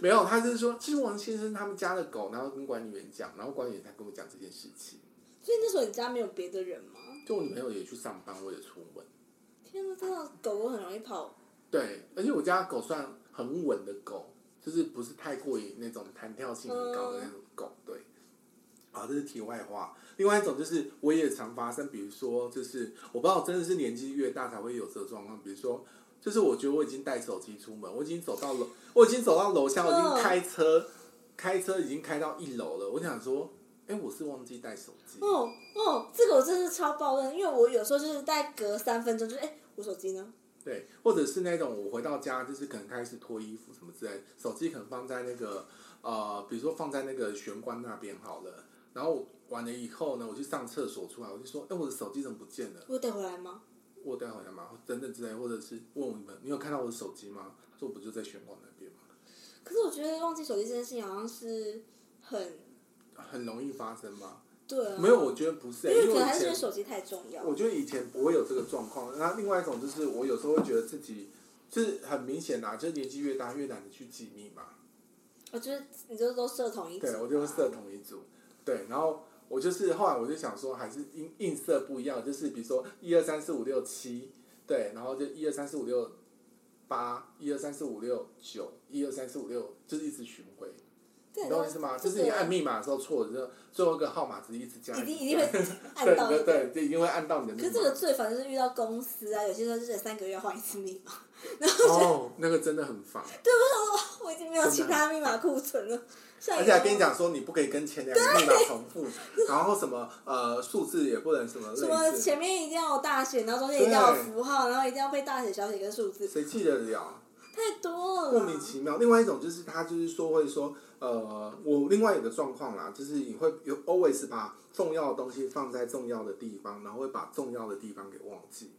B: 没有，他就是说这是王先生他们家的狗，然后跟管理员讲，然后管理员才跟我讲这件事情。
C: 所以那时候你家没有别的人吗？
B: 就我女朋友也去上班，我也出门。
C: 天哪，真的狗狗很容易跑，
B: 对，而且我家的狗算很稳的狗，就是不是太过于那种弹跳性很高的那种狗。对，好，这是题外话。另外一种就是我也常发生，比如说就是我不知道真的是年纪越大才会有这个状况，比如说。就是我觉得我已经带手机出门，我已经走到楼，我已经走到楼下，我已经
C: 嗯
B: 开车，开车已经开到一楼了。我想说，哎、我是忘记带手机。
C: 哦哦，这个我真的是超爆认，因为我有时候就是在隔三分钟，就是哎，我手机呢？
B: 对，或者是那种我回到家，就是可能开始脱衣服什么之类，手机可能放在那个呃，比如说放在那个玄关那边好了。然后完了以后呢，我去上厕所出来，我就说，哎，我的手机怎么不见了？
C: 我得回来吗？
B: 我待好像嘛，等等之类，或者是问我们，你有看到我的手机吗？他说不就在玄关那边吗？
C: 可是我觉得忘记手机这件事情好像是很
B: 很容易发生吗？
C: 对、啊，
B: 没有，，我觉得不是、欸
C: 因
B: 因为
C: 可
B: 我
C: 能
B: 以
C: 还是因
B: 前
C: 为手机太重要。
B: 我觉得以前不会有这个状况。那另外一种就是，我有时候会觉得自己就是很明显啦，就是年纪越大越懒得去记密码。
C: 我觉得你就都设同一组
B: 对，
C: 吧，
B: 我就会设同一组。对，然后我就是后来我就想说，还是硬硬设不一样，就是比如说一二三四五六七，对，然后就一二三四五六八，一二三四五六九，一二三四五六，就是一直循回，
C: 这
B: 你懂
C: 很多
B: 我意思吗？就是你按密码的时候错了，就最后一个号码只是一直加，
C: 一定
B: 一
C: 一
B: 直
C: 定
B: 加
C: 会按到
B: 对对
C: 那个。
B: 对，就一定会按到你的密
C: 可
B: 码。
C: 是这个最烦就是遇到公司啊，有些时候就是三个月要换一次密码，
B: 哦， 那个真的很烦，
C: 我已 经没有其他密码库存了。
B: 而
C: 而
B: 且还跟你，讲说你不可以跟前两个密码重复，然后什么呃数字也不能什么类似
C: 什么前面一定要有大写，然后中间一定要有
B: 对
C: 符号，然后一定要配大写、小写跟数字，
B: 谁记得了？
C: 太多了啦。
B: 莫名其妙。另外一种就是他就是说会说，呃，我另外有个状况啦，就是你会有 always 把重要的东西放在重要的地方，然后会把重要的地方给忘记。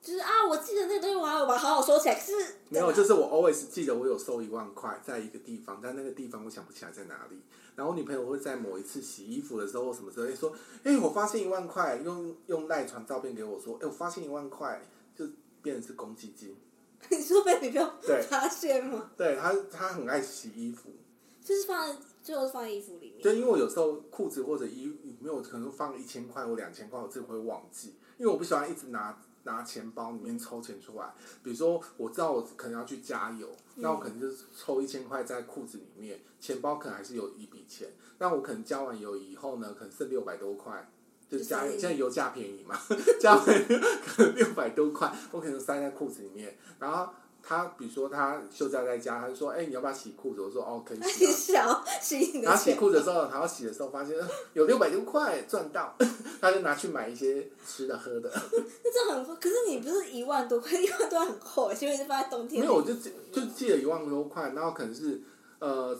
C: 就是啊，我记得那个东西，我还要把它好好收起来。可是
B: 没有，就是我 always 记得我有收一万块在一个地方，但那个地方我想不起来在哪里。然后女朋友会在某一次洗衣服的时候或什么之类说，哎、我发现一万块，用用赖传照片给我说，哎、我发现一万块，就变成是公积金。
C: 你说被女朋友
B: 对
C: 发现吗？
B: 对他，他很爱洗衣服。
C: 就是放在最后是放在衣服里面。
B: 就 因为我有时候裤子或者衣服里面，我可能放一千块或两千块，我自己会忘记，因为我不喜欢一直拿拿钱包里面抽钱出来。比如说，我知道我可能要去加油，那我可能就是抽一千块在裤子里面，钱包可能还是有一笔钱。那我可能加完油以后呢，可能剩六百多块。就是加油，
C: 就是
B: 现在油价便宜嘛， 加完油可能六百多块，我可能塞在裤子里面。然后他比如说他休假在家，他就说：“哎、你要不要洗裤子？”我说：“哦，可以洗、
C: 你
B: 啊。”
C: 小洗你
B: 然
C: 的
B: 后洗
C: 钱，
B: 裤子的时候，然后洗的时候发现呃有六百多块赚到， 他就拿去买一些吃的喝的。
C: 那这很可是你不是一万多块， 一万多很厚，欸因为是放在冬天
B: 没
C: 里。
B: 有，我就记就借了一万多块，然后可能是呃，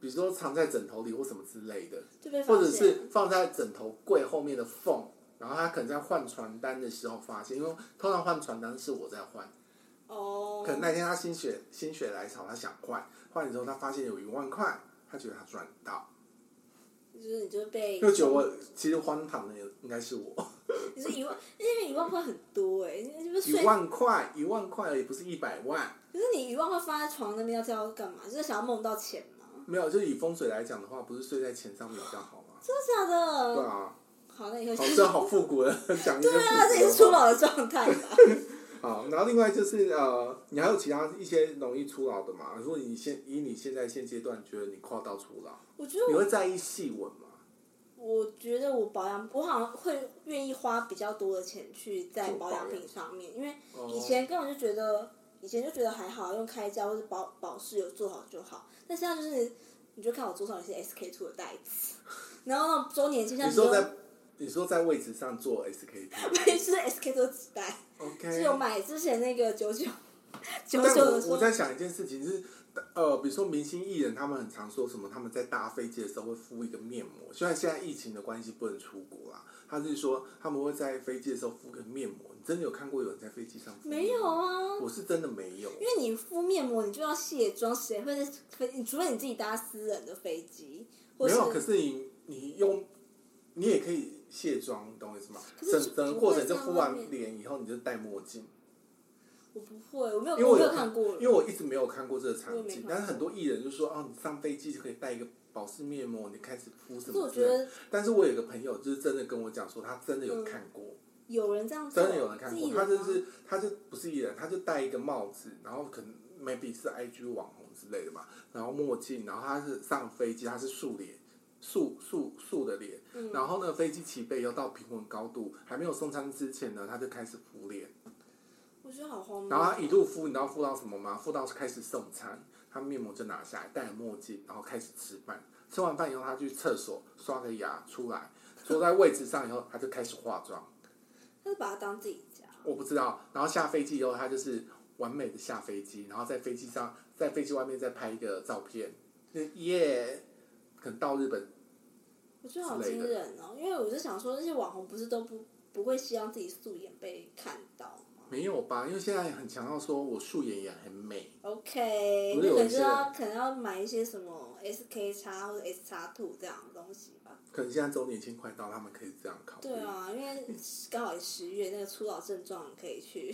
B: 比如说藏在枕头里或什么之类的，
C: 就被发
B: 或者
C: 现了。
B: 是放在枕头柜后面的缝，然后他可能在换传单的时候发现，因为通常换传单是我在换，
C: 哦，
B: 可能那天他心血心血来潮，他想换，换了之后他发现有一万块，他觉得他赚到，
C: 就是你就被
B: 就觉得我其实荒唐的应该是我。
C: 你是一万，因为一万块很多哎、欸，你是
B: 一
C: 睡，
B: 万块，一万块而已，不是一百万。
C: 可是你一万块放在床那边要知道干嘛？就是想要梦到钱吗？
B: 没有，就是以风水来讲的话，不是睡在钱上面比较好吗？
C: 真的假的？
B: 对啊，
C: 好，那以后
B: 好，
C: 就是
B: 这好复古的讲一些复古的话。对
C: 啊那这也是初老的状态吧？
B: 好，然后另外就是呃，你还有其他一些容易出老的嘛？如果你现以你现在现阶段觉得你跨到出老，
C: 我觉得
B: 你
C: 我，
B: 会在意细纹吗？
C: 我觉得我保养，我好像会愿意花比较多的钱去在保养品上面，因为
B: 哦
C: 以前根本就觉得，以前就觉得还好，用开胶或者保保湿有做好就好，但现在就是，你就看我桌上有些 SK two 的袋子， 然后那种周年庆，像
B: 你说在你说在位置上做 SKT，OK？、
C: 对， 是 SK two 纸袋。
B: OK
C: 是有买之前那个九九九
B: 哎但
C: 九的
B: 我
C: 时
B: 我
C: 候，
B: 在想一件事情是，呃，比如说明星艺人，他们很常说什么，他们在搭飞机的时候会敷一个面膜。虽然现在疫情的关系不能出国啦，他是说他们会在飞机的时候敷个面膜。你真的有看过有人在飞机上敷？
C: 没有，啊，
B: 我是真的没有。
C: 因为你敷面膜，你就要卸妆，谁会在飞？你除非你自己搭私人的飞机，或
B: 没
C: 是
B: 有，可是你你用，你也可以卸妆，你懂我意思吗？
C: 可是
B: 整
C: 就
B: 整个
C: 不
B: 过
C: 会
B: 程就
C: 在
B: 敷
C: 外
B: 完
C: 面
B: 脸以后，你就戴墨镜。
C: 我不会，我没有，
B: 因为
C: 哦我
B: 我
C: 没有
B: 有
C: 看过
B: 因为我一直没有看过这个场
C: 我也没
B: 景
C: 看，过
B: 但是很多艺人就说，哦，你上飞机就可以带一个保湿面膜，你开始敷什
C: 可是我
B: 么之
C: 觉
B: 类的。
C: 得
B: 但是我有个朋友就是真的跟我讲说，他真的有看过，
C: 有人这样做，
B: 真的有人看
C: 嗯自
B: 过，
C: 己
B: 他
C: 人啊
B: 就
C: 吗
B: 是他就不是艺人，他就戴一个帽子，然后可能 maybe 是 IG 网红之类的嘛，然后墨镜，然后他是上飞机，他是竖脸。竖竖竖的脸，
C: 嗯
B: 然后呢，飞机起飞又到平稳高度，还没有送餐之前呢，他就开始敷脸，
C: 我觉得好荒
B: 然后他一
C: 谬。
B: 路敷，你知道敷到什么吗？敷到开始送餐，他面膜就拿下来，戴了墨镜，然后开始吃饭。吃完饭以后，他去厕所刷个牙，出来坐在位置上以后，他就开始化妆。
C: 他是把它当自己家，
B: 我不知道。然后下飞机以后，他就是完美的下飞机，然后在飞机上，在飞机外面再拍一个照片，那耶可能到日本
C: 我觉得好惊人哦！因为我就想说，那些网红不是都不不会希望自己素颜被看到吗？
B: 没有吧？因为现在很强调说我素颜也很美，
C: OK，
B: 不是
C: 那
B: 有一
C: 可能就
B: 些人
C: 要可能要买一些什么 SK 叉或者 S 叉 two 这样的东西吧。
B: 可能现在周年庆快到，他们可以这样考虑。
C: 对啊，因为刚好十月那个初老症状可以去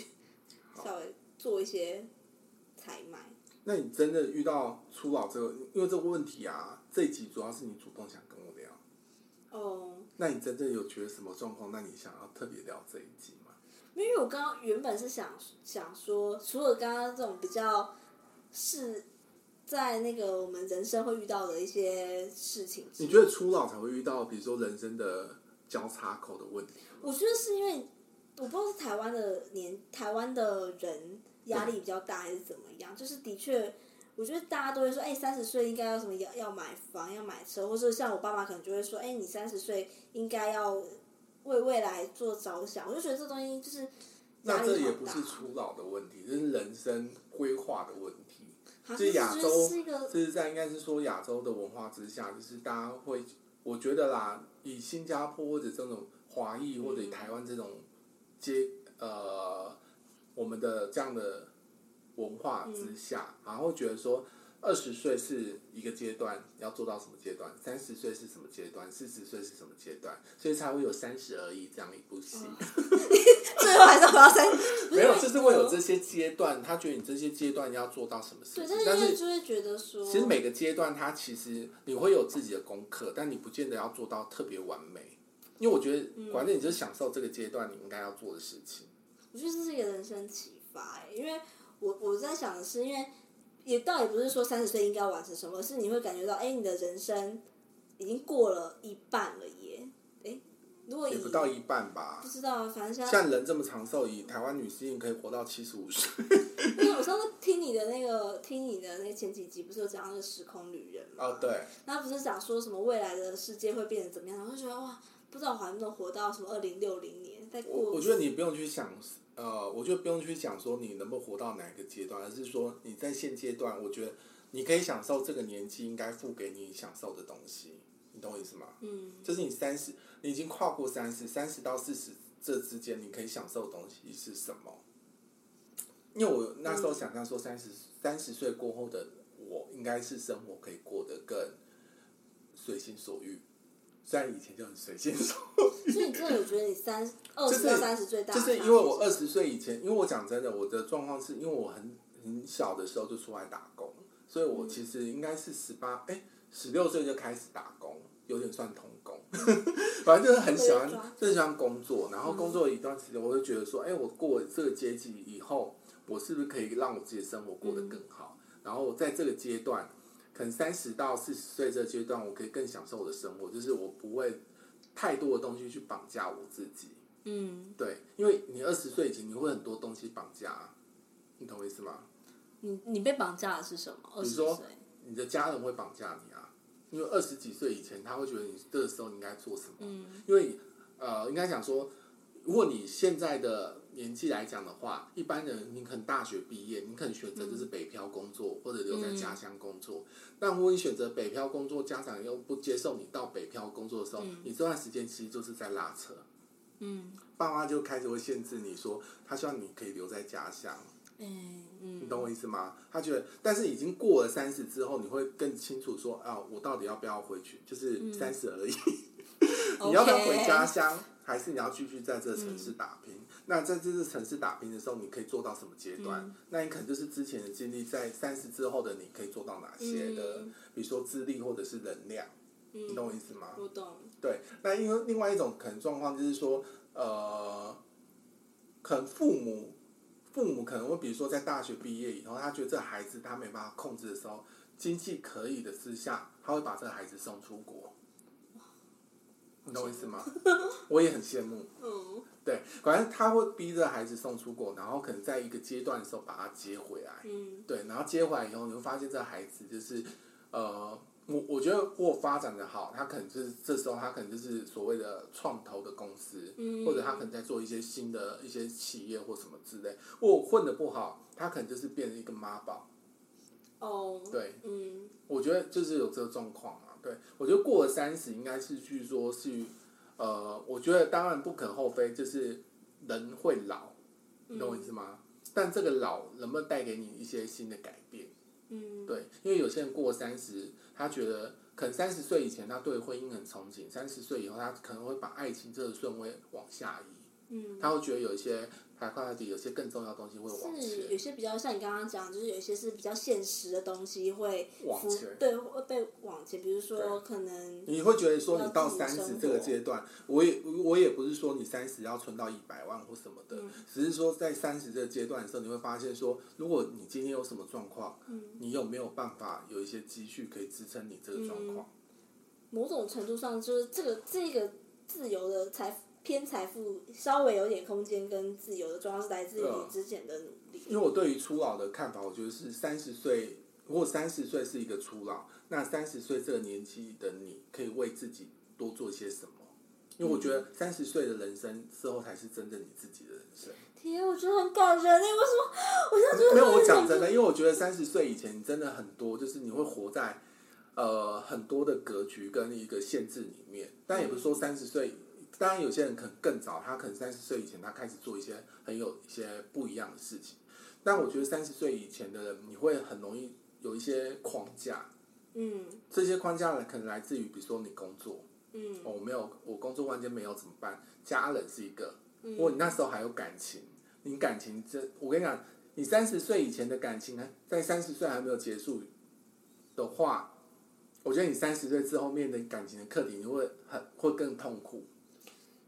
C: 稍微做一些采买。
B: 那你真的遇到初老这个，因为这个问题啊，这一集主要是你主动想跟我聊。
C: 哦，
B: 那你真的有觉得什么状况？那你想要特别聊这一集吗？
C: 因为我刚刚原本是想想说，除了刚刚这种比较是在那个我们人生会遇到的一些事情之
B: 你
C: 外，
B: 觉得初老才会遇到，比如说人生的交叉口的问题？
C: 我觉得是因为我不知道是台湾的年台湾的人压力比较大还是怎么样，就是的确，我觉得大家都会说，哎、3三十岁应该要什么要要买房要买车，或是像我爸妈可能就会说，哎、你三十岁应该要为未来做着想，我就觉得这东西就是压
B: 那这
C: 力
B: 也
C: 好
B: 不
C: 大
B: 是。初老的问题，这是人生规划的问题。
C: 好
B: 这是亚
C: 就
B: 洲
C: 是一个
B: 这是在应该是说亚洲的文化之下，就是大家会，我觉得啦，以新加坡或者这种华裔或者以台湾这种接呃我们的这样的文化
C: 嗯
B: 之下，然后觉得说二十岁是一个阶段，要做到什么阶段？三十岁是什么阶段？四十岁是什么阶段？所以才会有三十而已这样一部戏。
C: 嗯最后还是回到三，不
B: 没有，
C: 因为
B: 就是会有这些阶段，他觉得你这些阶段要做到什么事
C: 对，
B: 情
C: 但，是
B: 但
C: 因为
B: 是
C: 就会觉得说，
B: 其实每个阶段，它其实你会有自己的功课，但你不见得要做到特别完美。因为我觉
C: 嗯
B: 得，反正你就享受这个阶段你应该要做的事情。
C: 我觉得这是一个人生启发、欸，因为我我在想的是，因为也倒也不是说三十岁应该完成什么，而是你会感觉到，哎、你的人生已经过了一半了耶，哎、如果以
B: 也不到一半吧
C: 不。知道啊，反正现在，
B: 像人这么长寿，以台湾女性可以活到七十五岁
C: 因为我上次听你的那个听你的那个前几集，不是有讲到那个时空旅人嘛？
B: 哦，对，
C: 那不是讲说什么未来的世界会变成怎么样？我就觉得哇，不知道我还能不能活到什么二零六零年，再过
B: 我我觉得你不用去想，呃，我觉得不用去想说你能不能活到哪一个阶段，而是说你在现阶段，我觉得你可以享受这个年纪应该付给你享受的东西，你懂我意思吗？
C: 嗯。
B: 就是你三十，你已经跨过三十，三十到四十这之间，你可以享受的东西是什么？因为我那时候想象说，三十三十岁过后的我，应该是生活可以过得更随心所欲。虽然以前就很随心所
C: 所以你真的有觉得你三二
B: 就是
C: 十到三十最大
B: 就
C: 的差
B: 是
C: 别
B: 因
C: 吗？
B: 为我二十岁以前，因为我讲真的，我的状况是因为我很很小的时候就出来打工，所以我
C: 嗯
B: 其实应该是十八哎十六岁就开始打工，有点算童工， 反正就是很喜欢
C: 会抓，嗯
B: 就是喜欢工作。然后工作一段时间，我就觉得说，哎、我过了这个阶级以后，我是不是可以让我自己的生活过得
C: 嗯
B: 更好？然后在这个阶段，可能三十到四十岁这个阶段，我可以更享受我的生活，就是我不会太多的东西去绑架我自己。
C: 嗯。
B: 对，因为你二十岁以前，你会很多东西绑架啊，你懂我意思吗？
C: 你你被绑架的是什么？二
B: 你
C: 十
B: 说
C: 岁，
B: 你的家人会绑架你啊，因为二十几岁以前，他会觉得你这个时候你应该做什么。
C: 嗯
B: 因为呃，应该讲说，如果你现在的年纪来讲的话，一般人你可能大学毕业，你可能选择就是北漂工作、或者留在家乡工作。但如果你选择北漂工作，家长又不接受你到北漂工作的时候，你这段时间其实就是在拉扯。
C: 嗯，
B: 爸妈就开始会限制你说，他希望你可以留在家乡，
C: 哎、
B: 你
C: 嗯，
B: 懂我意思吗？他觉得，但是已经过了三十之后，你会更清楚说，啊，我到底要不要回去？就是三十 而已， 你要不要回家
C: 嗯 OK？嗯
B: 乡，还是你要继续在这个城市打拼？那在这个城市打拼的时候，你可以做到什么阶段？
C: 嗯
B: 那你可能就是之前的经历，在三十之后的你可以做到哪些的？
C: 嗯
B: 比如说资历或者是能量，你懂我意思吗？
C: 我懂，
B: 对，那因为另外一种可能状况就是说，呃，可能父母父母可能会比如说在大学毕业以后，他觉得这孩子他没办法控制的时候，经济可以的之下，他会把这个孩子送出国。你懂我意思吗？我也很羡慕。
C: 嗯
B: 对，反正他会逼着孩子送出国，然后可能在一个阶段的时候把他接回来。
C: 嗯
B: 对，然后接回来以后，你会发现这孩子就是，呃，我我觉得或发展的好，他可能就是这时候他可能就是所谓的创投的公司，
C: 嗯
B: 或者他可能在做一些新的一些企业或什么之类，或混的不好，他可能就是变成一个妈宝。
C: 哦，
B: 对，
C: 嗯
B: 我觉得就是有这个状况啊。对，我觉得过了三十应该是据说是，呃，我觉得当然不可厚非，就是人会老，你懂我意思吗？但这个老能不能带给你一些新的改变？
C: 嗯，
B: 对，因为有些人过三十，他觉得可能三十岁以前他对婚姻很憧憬，三十岁以后他可能会把爱情这个顺位往下移，
C: 嗯，
B: 他会觉得有一些 priority 有些更重要的东西会往
C: 是有
B: 前。
C: 些比较像你刚刚讲，就是有一些是比较现实的东西会
B: 往
C: 浮
B: 前
C: 对会被往前，比如说
B: 对
C: 可能
B: 你会觉得说，你到
C: 要自己
B: 三
C: 生
B: 十
C: 活
B: 这个阶段，我也我也不是说你三十要存到一百万或什么的，
C: 嗯
B: 只是说在三十这个阶段的时候，你会发现说，如果你今天有什么状况，
C: 嗯
B: 你有没有办法有一些积蓄可以支撑你这个状
C: 嗯
B: 况？
C: 某种程度上就是这个这个自由的财富偏财富稍微有点空间跟自由的状况是来自于
B: 对啊
C: 你之前的努力，
B: 因为我对于初老的看法，我觉得是三十岁，如果三十岁是一个初老，那三十岁这个年纪的你可以为自己多做些什么？因为我觉得三十岁的人生之后才是真正你自己的人生。
C: 天，我觉得很感人哎，为什么？我现在觉 得
B: 没有，我
C: 很
B: 讲
C: 感
B: 真的，
C: 动
B: 因为我觉得三十岁以前，你真的很多，就是你会活在呃很多的格局跟一个限制里面。但也不是说三十岁，当然有些人可能更早，他可能三十岁以前他开始做一些很有一些不一样的事情。但我觉得三十岁以前的人，你会很容易有一些框架，
C: 嗯
B: 这些框架可能来自于比如说你工作，
C: 嗯
B: 哦，我没有，我工作万间没有怎么办？家人是一个，
C: 嗯
B: 如果你那时候还有感情，你感情这，我跟你讲，你三十岁以前的感情呢，在三十岁还没有结束的话，我觉得你三十岁之后面的感情的课题，你会很会更痛苦。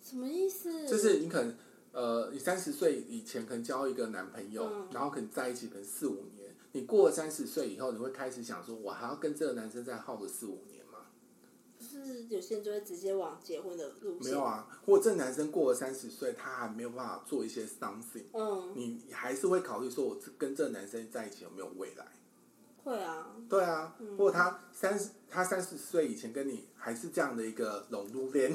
C: 什么意思？
B: 就是你可能呃，你三十岁以前可能交一个男朋友，
C: 嗯
B: 然后可能在一起可能四五年，你过了三十岁以后，你会开始想说，我还要跟这个男生再耗个四五年吗？
C: 不是有些人就会直接往结婚的路
B: 没
C: 线，
B: 有啊，或者这男生过了三十岁，他还没有办法做一些 something，
C: 嗯，
B: 你还是会考虑说，我这跟这男生在一起有没有未来？
C: 会啊，
B: 对啊，或者他三十，他三十岁以前跟你还是这样的一个融入恋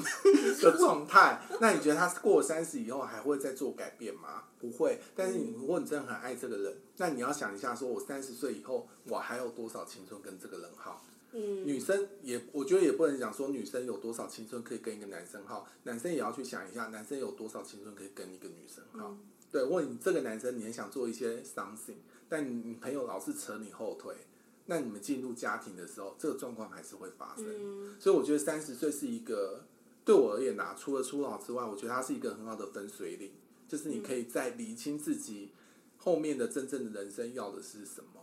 B: 的状态，那你觉得他过了三十以后还会再做改变吗？不会。但是你如果你真的很爱这个人，那你要想一下，说我三十岁以后，我还有多少青春跟这个人耗？
C: 嗯
B: 女生也，我觉得也不能讲说女生有多少青春可以跟一个男生耗，男生也要去想一下，男生有多少青春可以跟一个女生耗。
C: 嗯
B: 对，或者你这个男生你很想做一些 something，但你你朋友老是扯你后腿，那你们进入家庭的时候，这个状况还是会发生。
C: 嗯
B: 所以我觉得三十岁是一个对我而言啊，除了初老之外，我觉得它是一个很好的分水岭，就是你可
C: 嗯
B: 以在理清自己后面的真正的人生要的是什么。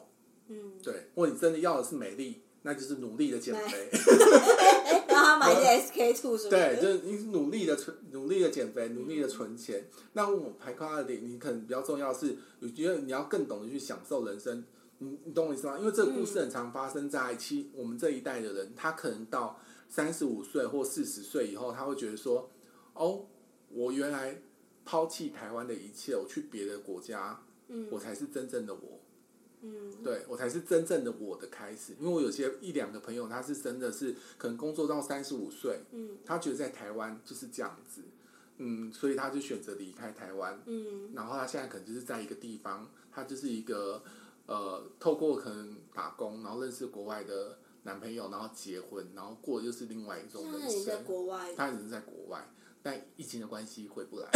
C: 嗯，
B: 对，或你真的要的是美丽，那就是努力的减肥。
C: 哎，然后他买一些 SK two 什么
B: 对，
C: 的，
B: 就是你努力的存，努力的减肥，努力的存钱。那我排跨二零，你可能比较重要的是，我觉得你要更懂得去享受人生。嗯你你懂我意思吗？因为这个故事
C: 嗯
B: 很常发生在七、我们这一代的人，他可能到三十五岁或四十岁以后，他会觉得说，哦，我原来抛弃台湾的一切，我去别的国家，我
C: 嗯
B: 才是真正的我。
C: 嗯
B: 对我才是真正的我的开始。因为我有些一两个朋友，他是真的是可能工作到三十五岁，
C: 嗯
B: 他觉得在台湾就是这样子，嗯，所以他就选择离开台湾。
C: 嗯
B: 然后他现在可能就是在一个地方，他就是一个呃，透过可能打工，然后认识国外的男朋友，然后结婚，然后过的就是另外一种
C: 现在
B: 人
C: 也在
B: 生。
C: 国外，
B: 他人在国外，但疫情的关系回 不来，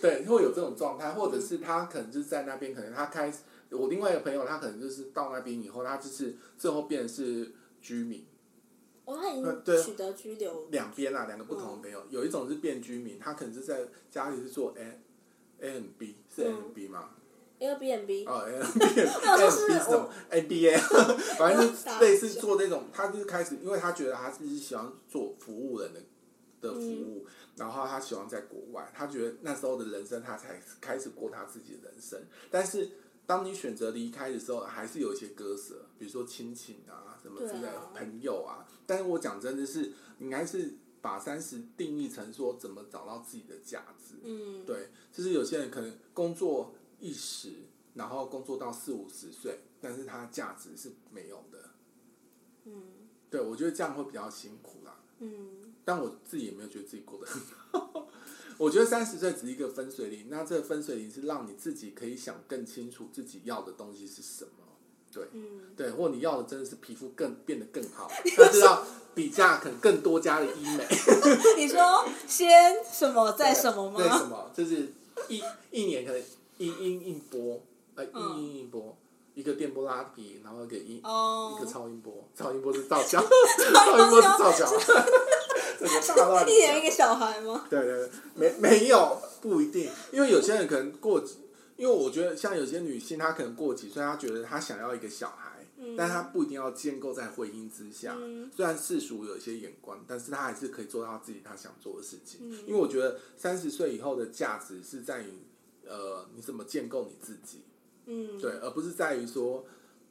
B: 对，会有这种状态，或者是他可能就是在那边，可能他开始，我另外一个朋友，他可能就是到那边以后，他就是最后变成是居民，
C: 哦，他已
B: 那呃对啊
C: 经取得居留，
B: 两边啊，两个不同的朋友，有一种是变居民，他可能是在家里是做 A A N B 是 A
C: 嗯
B: N B 吗？
C: Airbnb，
B: 哦 A N B
C: 那我
B: A
C: 说
B: N
C: 是
B: B 是什么 A B A，反 正就是类似做那种，他就是开始，因为他觉得他自己喜欢做服务人的的服务，
C: 嗯
B: 然后他喜欢在国外，他觉得那时候的人生，他才开始过他自己的人生。但是当你选择离开的时候，还是有一些割舍，比如说亲情啊什么之类
C: 对
B: 的
C: 啊，
B: 朋友啊。但是我讲真的是，你应该是把三十定义成说怎么找到自己的价值。
C: 嗯，
B: 对，就是有些人可能工作一时，然后工作到四五十岁，但是他价值是没有的。
C: 嗯
B: 对，我觉得这样会比较辛苦啦。
C: 嗯
B: 但我自己也没有觉得自己过得很好。 我觉得三十岁只是一个分水岭，那这个分水岭是让你自己可以想更清楚自己要的东西是什么。对，
C: 嗯，
B: 对，或你要的真的是皮肤更变得更好，但是要比价可能更多家的医美。
C: 你说先什么再什么
B: 对什
C: 吗？
B: 么？就是一一年可能一音一波，呃，一
C: 嗯
B: 音一波，一个电波拉皮，然后一个音
C: 哦
B: 一个超音波，超音波是造小，超音波是造小，整个大 乱
C: 一
B: 讲
C: 人一个小孩吗？
B: 对对对，没没有不一定，因为有些人可能过几，因为我觉得像有些女性，她可能过几岁，她觉得她想要一个小孩，
C: 嗯
B: 但她不一定要建构在婚姻之下。
C: 嗯
B: 虽然世俗有一些眼光，但是她还是可以做到自己她想做的事情。
C: 嗯
B: 因为我觉得三十岁以后的价值是在于，呃，你怎么建构你自己。
C: 嗯，
B: 对，而不是在于说，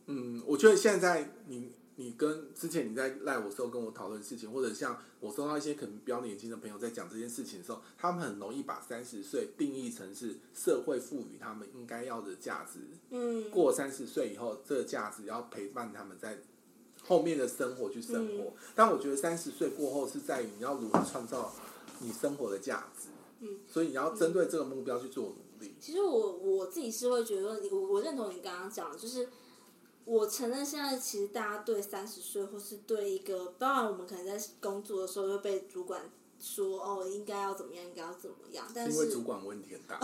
B: 嗯，我觉得现在你你跟之前你在赖我时候跟我讨论事情，或者像我收到一些可能比较年轻的朋友在讲这件事情的时候，他们很容易把三十岁定义成是社会赋予他们应该要的价值，
C: 嗯，
B: 过三十岁以后，这个价值要陪伴他们在后面的生活去生活。
C: 嗯
B: 但我觉得三十岁过后是在于你要如何创造你生活的价值，
C: 嗯，
B: 所以你要针对这个目标去做努力。
C: 其实我我自己是会觉得你，我我认同你刚刚讲的，就是我承认现在其实大家对三十岁或是对一个，当然我们可能在工作的时候会被主管说哦，应该要怎么样，应该要怎么样，嗯但
B: 因
C: 是
B: 为主管问题很大。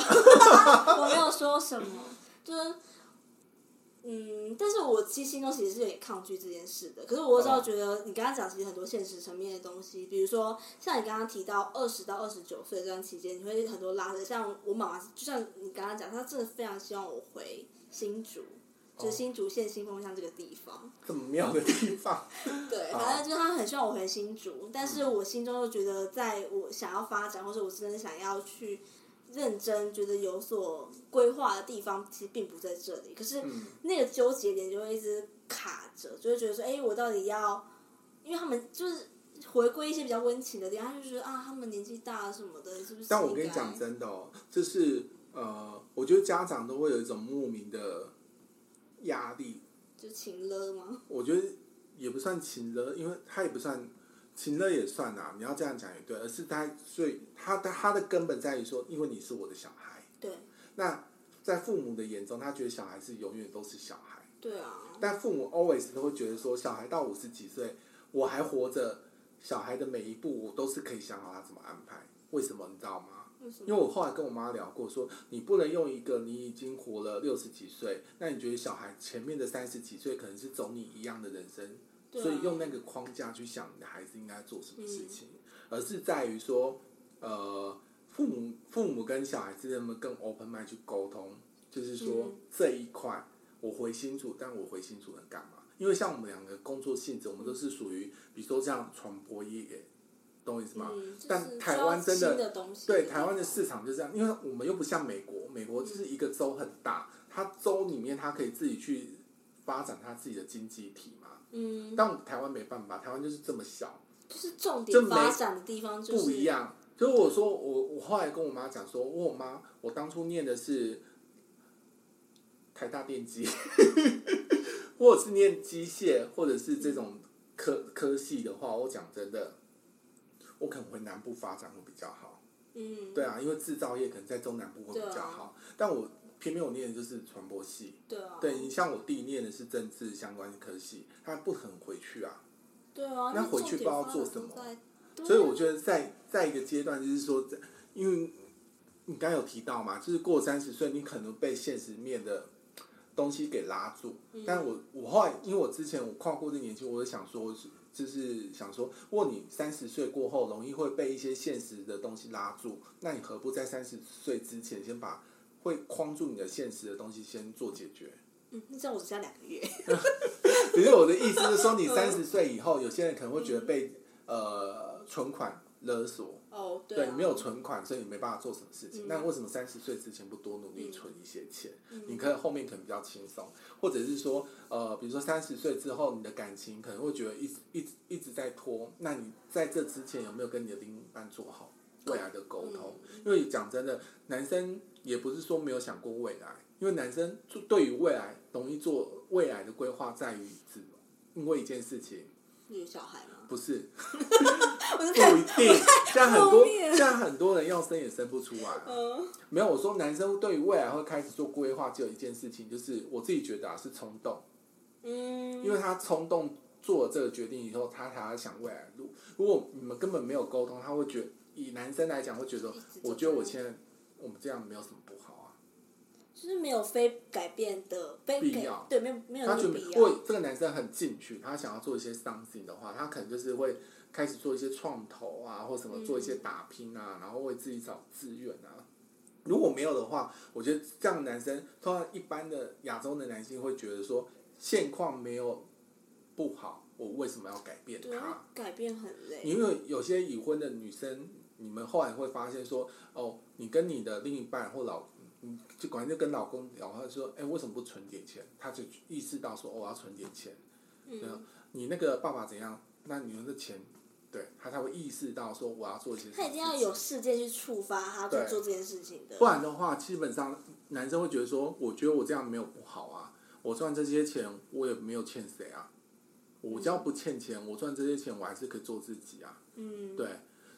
C: 我没有说什么，就是。嗯，但是我其实心中其实是有点抗拒这件事的。可是我知道，
B: 哦
C: 觉得你刚刚讲其实很多现实层面的东西，比如说像你刚刚提到二十到二十九岁这段期间，你会很多拉扯。像我妈妈，就像你刚刚讲，她真的非常希望我回新竹，就
B: 哦
C: 是新竹县新丰乡这个地方。
B: 这么妙的地 方。
C: 对，
B: 好嗯
C: 反正就是他很希望我回新竹，但是我心中又觉得，在我想要发展，或者我真的想要去认真觉得有所规划的地方，其实并不在这里。可是
B: 嗯
C: 那个纠结点就会一直卡着，就会觉得说，哎、我到底要？因为他们就是回归一些比较温情的地方，他就觉得啊，他们年纪大了什么的，是不是？
B: 但我跟你讲，真的哦，就是呃，我觉得家长都会有一种莫名的压力。
C: 就情了吗？
B: 我觉得也不算情了，因为他也不算情了也算啦、你要这样讲也对，而是他所以他他他的根本在于说，因为你是我的小孩。
C: 对，
B: 那在父母的眼中，他觉得小孩是永远都是小孩。
C: 对啊，
B: 但父母 always 都会觉得说，小孩到五十几岁，我还活着，小孩的每一步我都是可以想好他怎么安排。为什么你知道吗？
C: 为什
B: 因
C: 么？
B: 为我后来跟我妈聊过说你不能用一个你已经活了六十几岁，那你觉得小孩前面的三十几岁可能是走你一样的人生，
C: 对啊
B: 所以用那个框架去想你的孩子应该做什么事情，而是在于说，呃，父母父母跟小孩之间们更 open mind 去沟通，就是说、
C: 嗯
B: 这一块我回新竹，但我回新竹能干嘛？因为像我们两个工作性质，我们都是属于，比如说像传播业，懂我意思吗？
C: 嗯，就是
B: 但台湾真
C: 需要
B: 的
C: 新的东西，
B: 对台湾的市场就这样，因为我们又不像美国，美国就是一个州很大，它州里面它可以自己去发展它自己的经济体嘛。
C: 嗯，
B: 但我们台湾没办法，台湾就是这么小，
C: 就是重
B: 就
C: 点
B: 没
C: 发展的地方就是
B: 不一，样。所以我说我我后来跟我妈讲说，我问我妈我当初念的是台大电机， 或者是念机械，或者是这种科科系的话，我讲真的，我可能回南部发展会比较好。
C: 嗯，
B: 对啊，因为制造业可能在中南部会比
C: 对
B: 较
C: 啊
B: 好，但我偏偏我念的就是传播系。
C: 对啊，
B: 对你像我弟念的是政治相关科系，他不肯回去啊，
C: 对啊，
B: 那
C: 就
B: 回去
C: 重
B: 不
C: 点
B: 知道
C: 发
B: 做
C: 展
B: 什
C: 都
B: 么
C: 在，对
B: 所以
C: 啊
B: 我觉得在在一个阶段，就是说，在因为你刚刚有提到嘛，就是过三十岁，你可能被现实面的东西给拉住。但我我后来，因为我之前我跨过这年纪，我就想说，就是想说，如果你三十岁过后容易会被一些现实的东西拉住，那你何不在三十岁之前先把会框住你的现实的东西先做解决？
C: 嗯，那这样我只剩下两个月，
B: 可是我的意思是说，你三十岁以后，有些人可能会觉得被呃存款勒索。
C: 哦，
B: 对，
C: 啊，
B: 你没有存款，所以你没办法做什么事情。
C: 嗯
B: 那为什么三十岁之前不多努力存一些钱？
C: 嗯
B: 你可以后面可能比较轻松，或者是说，呃，比如说三十岁之后，你的感情可能会觉得一直一直一直在拖。那你在这之前有没有跟你的另一半做好未来的沟通？
C: 嗯
B: 因为讲真的，男生也不是说没有想过未来，因为男生就对于未来容易做未来的规划，在于只因为一件事情，
C: 有小孩吗？
B: 不是
C: 我是
B: 不一定，像很多
C: 后面
B: 像很多人要生也生不出来。啊
C: 嗯
B: 没有，我说男生对于未来会开始做规划，只有一件事情，就是我自己觉得啊是冲动，
C: 嗯，
B: 因为他冲动做了这个决定以后，他才要想未来的路。如果你们根本没有沟通，他会觉得以男生来讲会觉得
C: 一直，走
B: 我觉得我现在我们这样没有什么不好啊，
C: 就是没有非改变的非
B: 必
C: 改
B: 要
C: 对，没有没有
B: 他
C: 那
B: 觉
C: 个
B: 得
C: 必
B: 如
C: 要
B: 果。这个男生很进取，他想要做一些 something 的话，他可能就是会开始做一些创投啊，或什么做一
C: 嗯
B: 些打拼啊，然后为自己找资源啊。如果没有的话，我觉得这样的男生，通常一般的亚洲的男性会觉得说，现况没有不好，我为什么要改变
C: 对，啊
B: 他
C: 要？改变很累。
B: 因为有些已婚的女生，你们后来会发现说，哦，你跟你的另一半或老，你就管就跟老公聊，他说，哎、为什么不存点钱？他就意识到说，哦，我要存点钱。对啊
C: 嗯，
B: 你那个爸爸怎样？那你们的钱，对他才会意识到说，我要做一些什么事
C: 他
B: 情。
C: 一定要有事件去触发他去
B: 对
C: 做这件事情的
B: 不。然的话，基本上男生会觉得说，我觉得我这样没有不好啊，我赚这些钱，我也没有欠谁啊，我只要不欠钱，我赚这些钱，我还是可以做自己啊。
C: 嗯，
B: 对，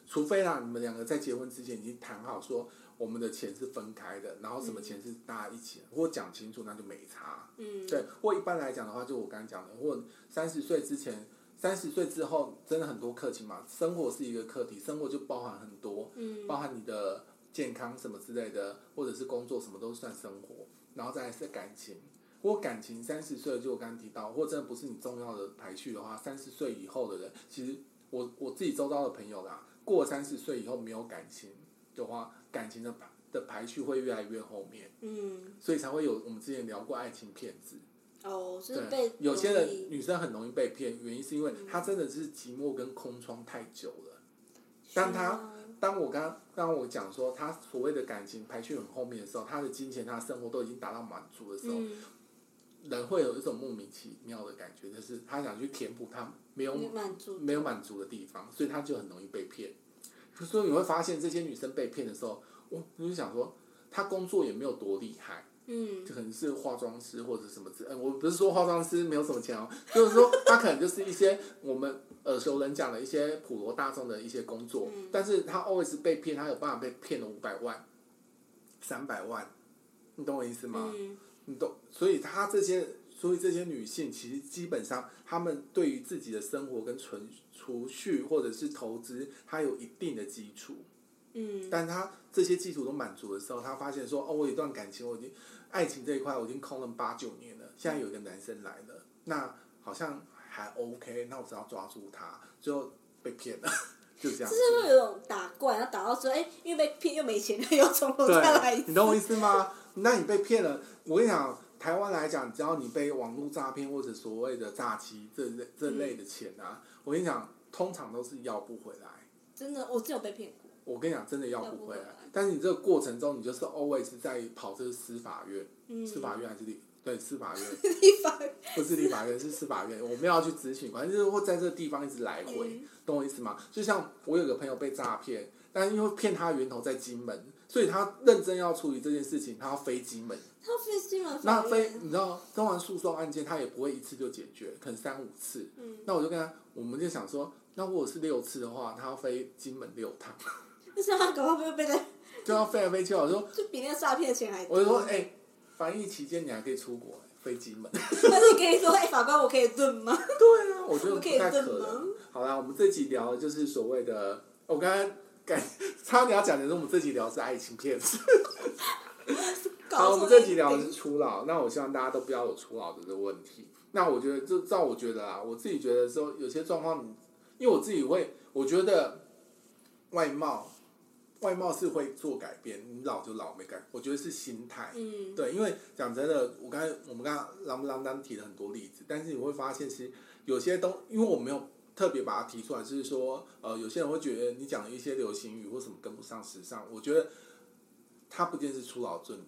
B: 除非啦，你们两个在结婚之前已经谈好说我们的钱是分开的，然后什么钱是大家一起，或讲清楚，那就没差。
C: 嗯，
B: 对，或一般来讲的话，就我刚刚讲的，或三十岁之前。三十岁之后，真的很多课题嘛，生活是一个课题，生活就包含很多，
C: 嗯
B: 包含你的健康什么之类的，或者是工作什么都算生活，然后再来是感情。如果感情三十岁就我刚刚提到，或真的不是你重要的排序的话，三十岁以后的人，其实我我自己周遭的朋友啦，过三十岁以后没有感情的话，感情的排的排序会越来越后面，
C: 嗯，
B: 所以才会有我们之前聊过爱情骗子。
C: 哦，就是
B: 对
C: 被，
B: 有些
C: 容
B: 人
C: 易
B: 女生很容易被骗，原因是因为她真的是寂寞跟空窗太久了。
C: 嗯
B: 当
C: 啊
B: 她当我刚当我讲说她所谓的感情排序很后面的时候，她的金钱、她的生活都已经达到满足的时候，
C: 嗯，
B: 人会有一种莫名其妙的感觉，就是她想去填补她没有
C: 满足
B: 没有满足的地方，所以她就很容易被骗。所以你会发现，这些女生被骗的时候，我我就想说，她工作也没有多厉害，
C: 嗯
B: 就可能是化妆师或者什么之，呃，我不是说化妆师没有什么钱哦， 就是说他可能就是一些我们耳熟能详的一些普罗大众的一些工作，
C: 嗯
B: 但是他 always 被骗，他有办法被骗了五百万、三百万，你懂我意思吗？
C: 嗯
B: 你懂，所以她这些，所以这些女性其实基本上，她们对于自己的生活跟存储蓄或者是投资，她有一定的基础。
C: 嗯，
B: 但他这些基础都满足的时候，他发现说：“哦，我有一段感情，我已经爱情这一块我已经空了八九年了，现在有一个男生来了，那好像还 OK，那我只要抓住他，最后被骗了， 就这样子。
C: 就是会有种打怪，然后打到最后，哎，因为被骗又没钱，又从头再来一
B: 对，
C: 次
B: 你懂我意思吗？那你被骗了，我跟你讲，台湾来讲，只要你被网络诈骗或者所谓的诈欺这类这类的钱啊，我跟你讲，通常都是要不回来。
C: 真的，我只有被骗过。
B: 我跟你讲，真的要
C: 要
B: 不
C: 不
B: 回
C: 回
B: 来
C: 来。
B: 但是你这个过程中，你就是 always 在跑这个司法院，
C: 嗯，
B: 司法院还是立对司法院，
C: 地方
B: 不是立法院是司法院，我们要去咨询，反正就是会在这个地方一直来回，
C: 嗯
B: 懂我意思吗？就像我有个朋友被诈骗，但因为骗他的源头在金门，所以他认真要处理这件事情，他要飞金门。
C: 他飞金门
B: 那
C: 法
B: 非
C: 院
B: 你知道，通常诉讼案件他也不会一次就解决，可能三五次。
C: 嗯
B: 那我就跟他，我们就想说，那如果是六次的话，他要飞金门六趟，
C: 就是他搞不好被被那
B: 就要飞来飞去。我说，
C: 就比那个诈骗钱还多。
B: 我就说，哎、防疫期间你还可以出国、飞金 门。
C: 但是跟你说，哎，法官，我可以炖吗？
B: 对啊，我觉得
C: 我
B: 不
C: 可以
B: 太可
C: 炖吗
B: 能。好啦，我们这集聊的就是所谓的，我刚刚感差点要讲的是，我们这集聊的是爱情片。好，我
C: 搞错
B: 们这集聊的是初老，那我希望大家都不要有初老的这个问题。那我觉得，就照我觉得啊，我自己觉得说，有些状况，因为我自己会，我觉得外貌，外貌是会做改变，你老就老没改，我觉得是心态。
C: 嗯，
B: 对，因为讲真的，我刚才我们刚刚啷不啷当提了很多例子，但是你会发现，其实有些东，因为我没有特别把它提出来，就是说，呃，有些人会觉得你讲的一些流行语或什么跟不上时尚，我觉得它不见是初老症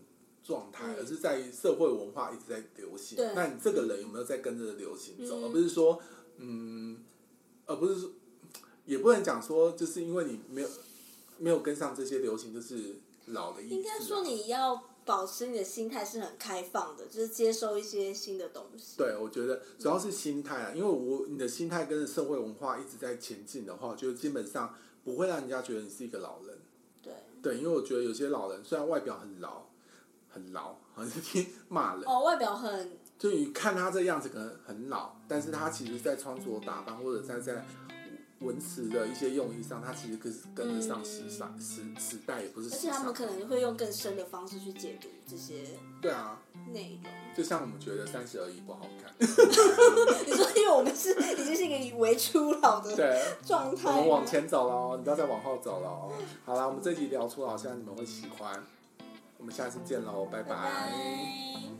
B: 状态，
C: 嗯
B: 而是在于社会文化一直在流行
C: 对。
B: 那你这个人有没有在跟着流行走，
C: 嗯
B: 而不是说，嗯，而不是说，也不能讲说，就是因为你没有没有跟上这些流行，就是老的意思啊。
C: 应该说你要保持你的心态是很开放的，就是接受一些新的东西。
B: 对，我觉
C: 嗯
B: 得主要是心态啊，因为我你的心态跟着社会文化一直在前进的话，我觉得基本上不会让人家觉得你是一个老人。
C: 对，
B: 对，因为我觉得有些老人虽然外表很老，很老，好像听骂人，
C: 哦，外表很
B: 就你看他这样子可能很老，但是他其实在穿着打扮或者在在文词的一些用意上，它其实跟跟得上时尚时时代，也不是
C: 而
B: 时
C: 且他们
B: 尚。
C: 可能会用更深的方式去解读这些
B: 对啊，
C: 内容。
B: 就像我们觉得三十而已不好 看，
C: 你说，因为我们是已经是一个为初老的
B: 对，
C: 状
B: 我
C: 态，
B: 们往前走了哦，你不要再往后走了哦。好啦，我们这集聊出了，希望你们会喜欢。我们下次见喽，拜
C: 拜拜。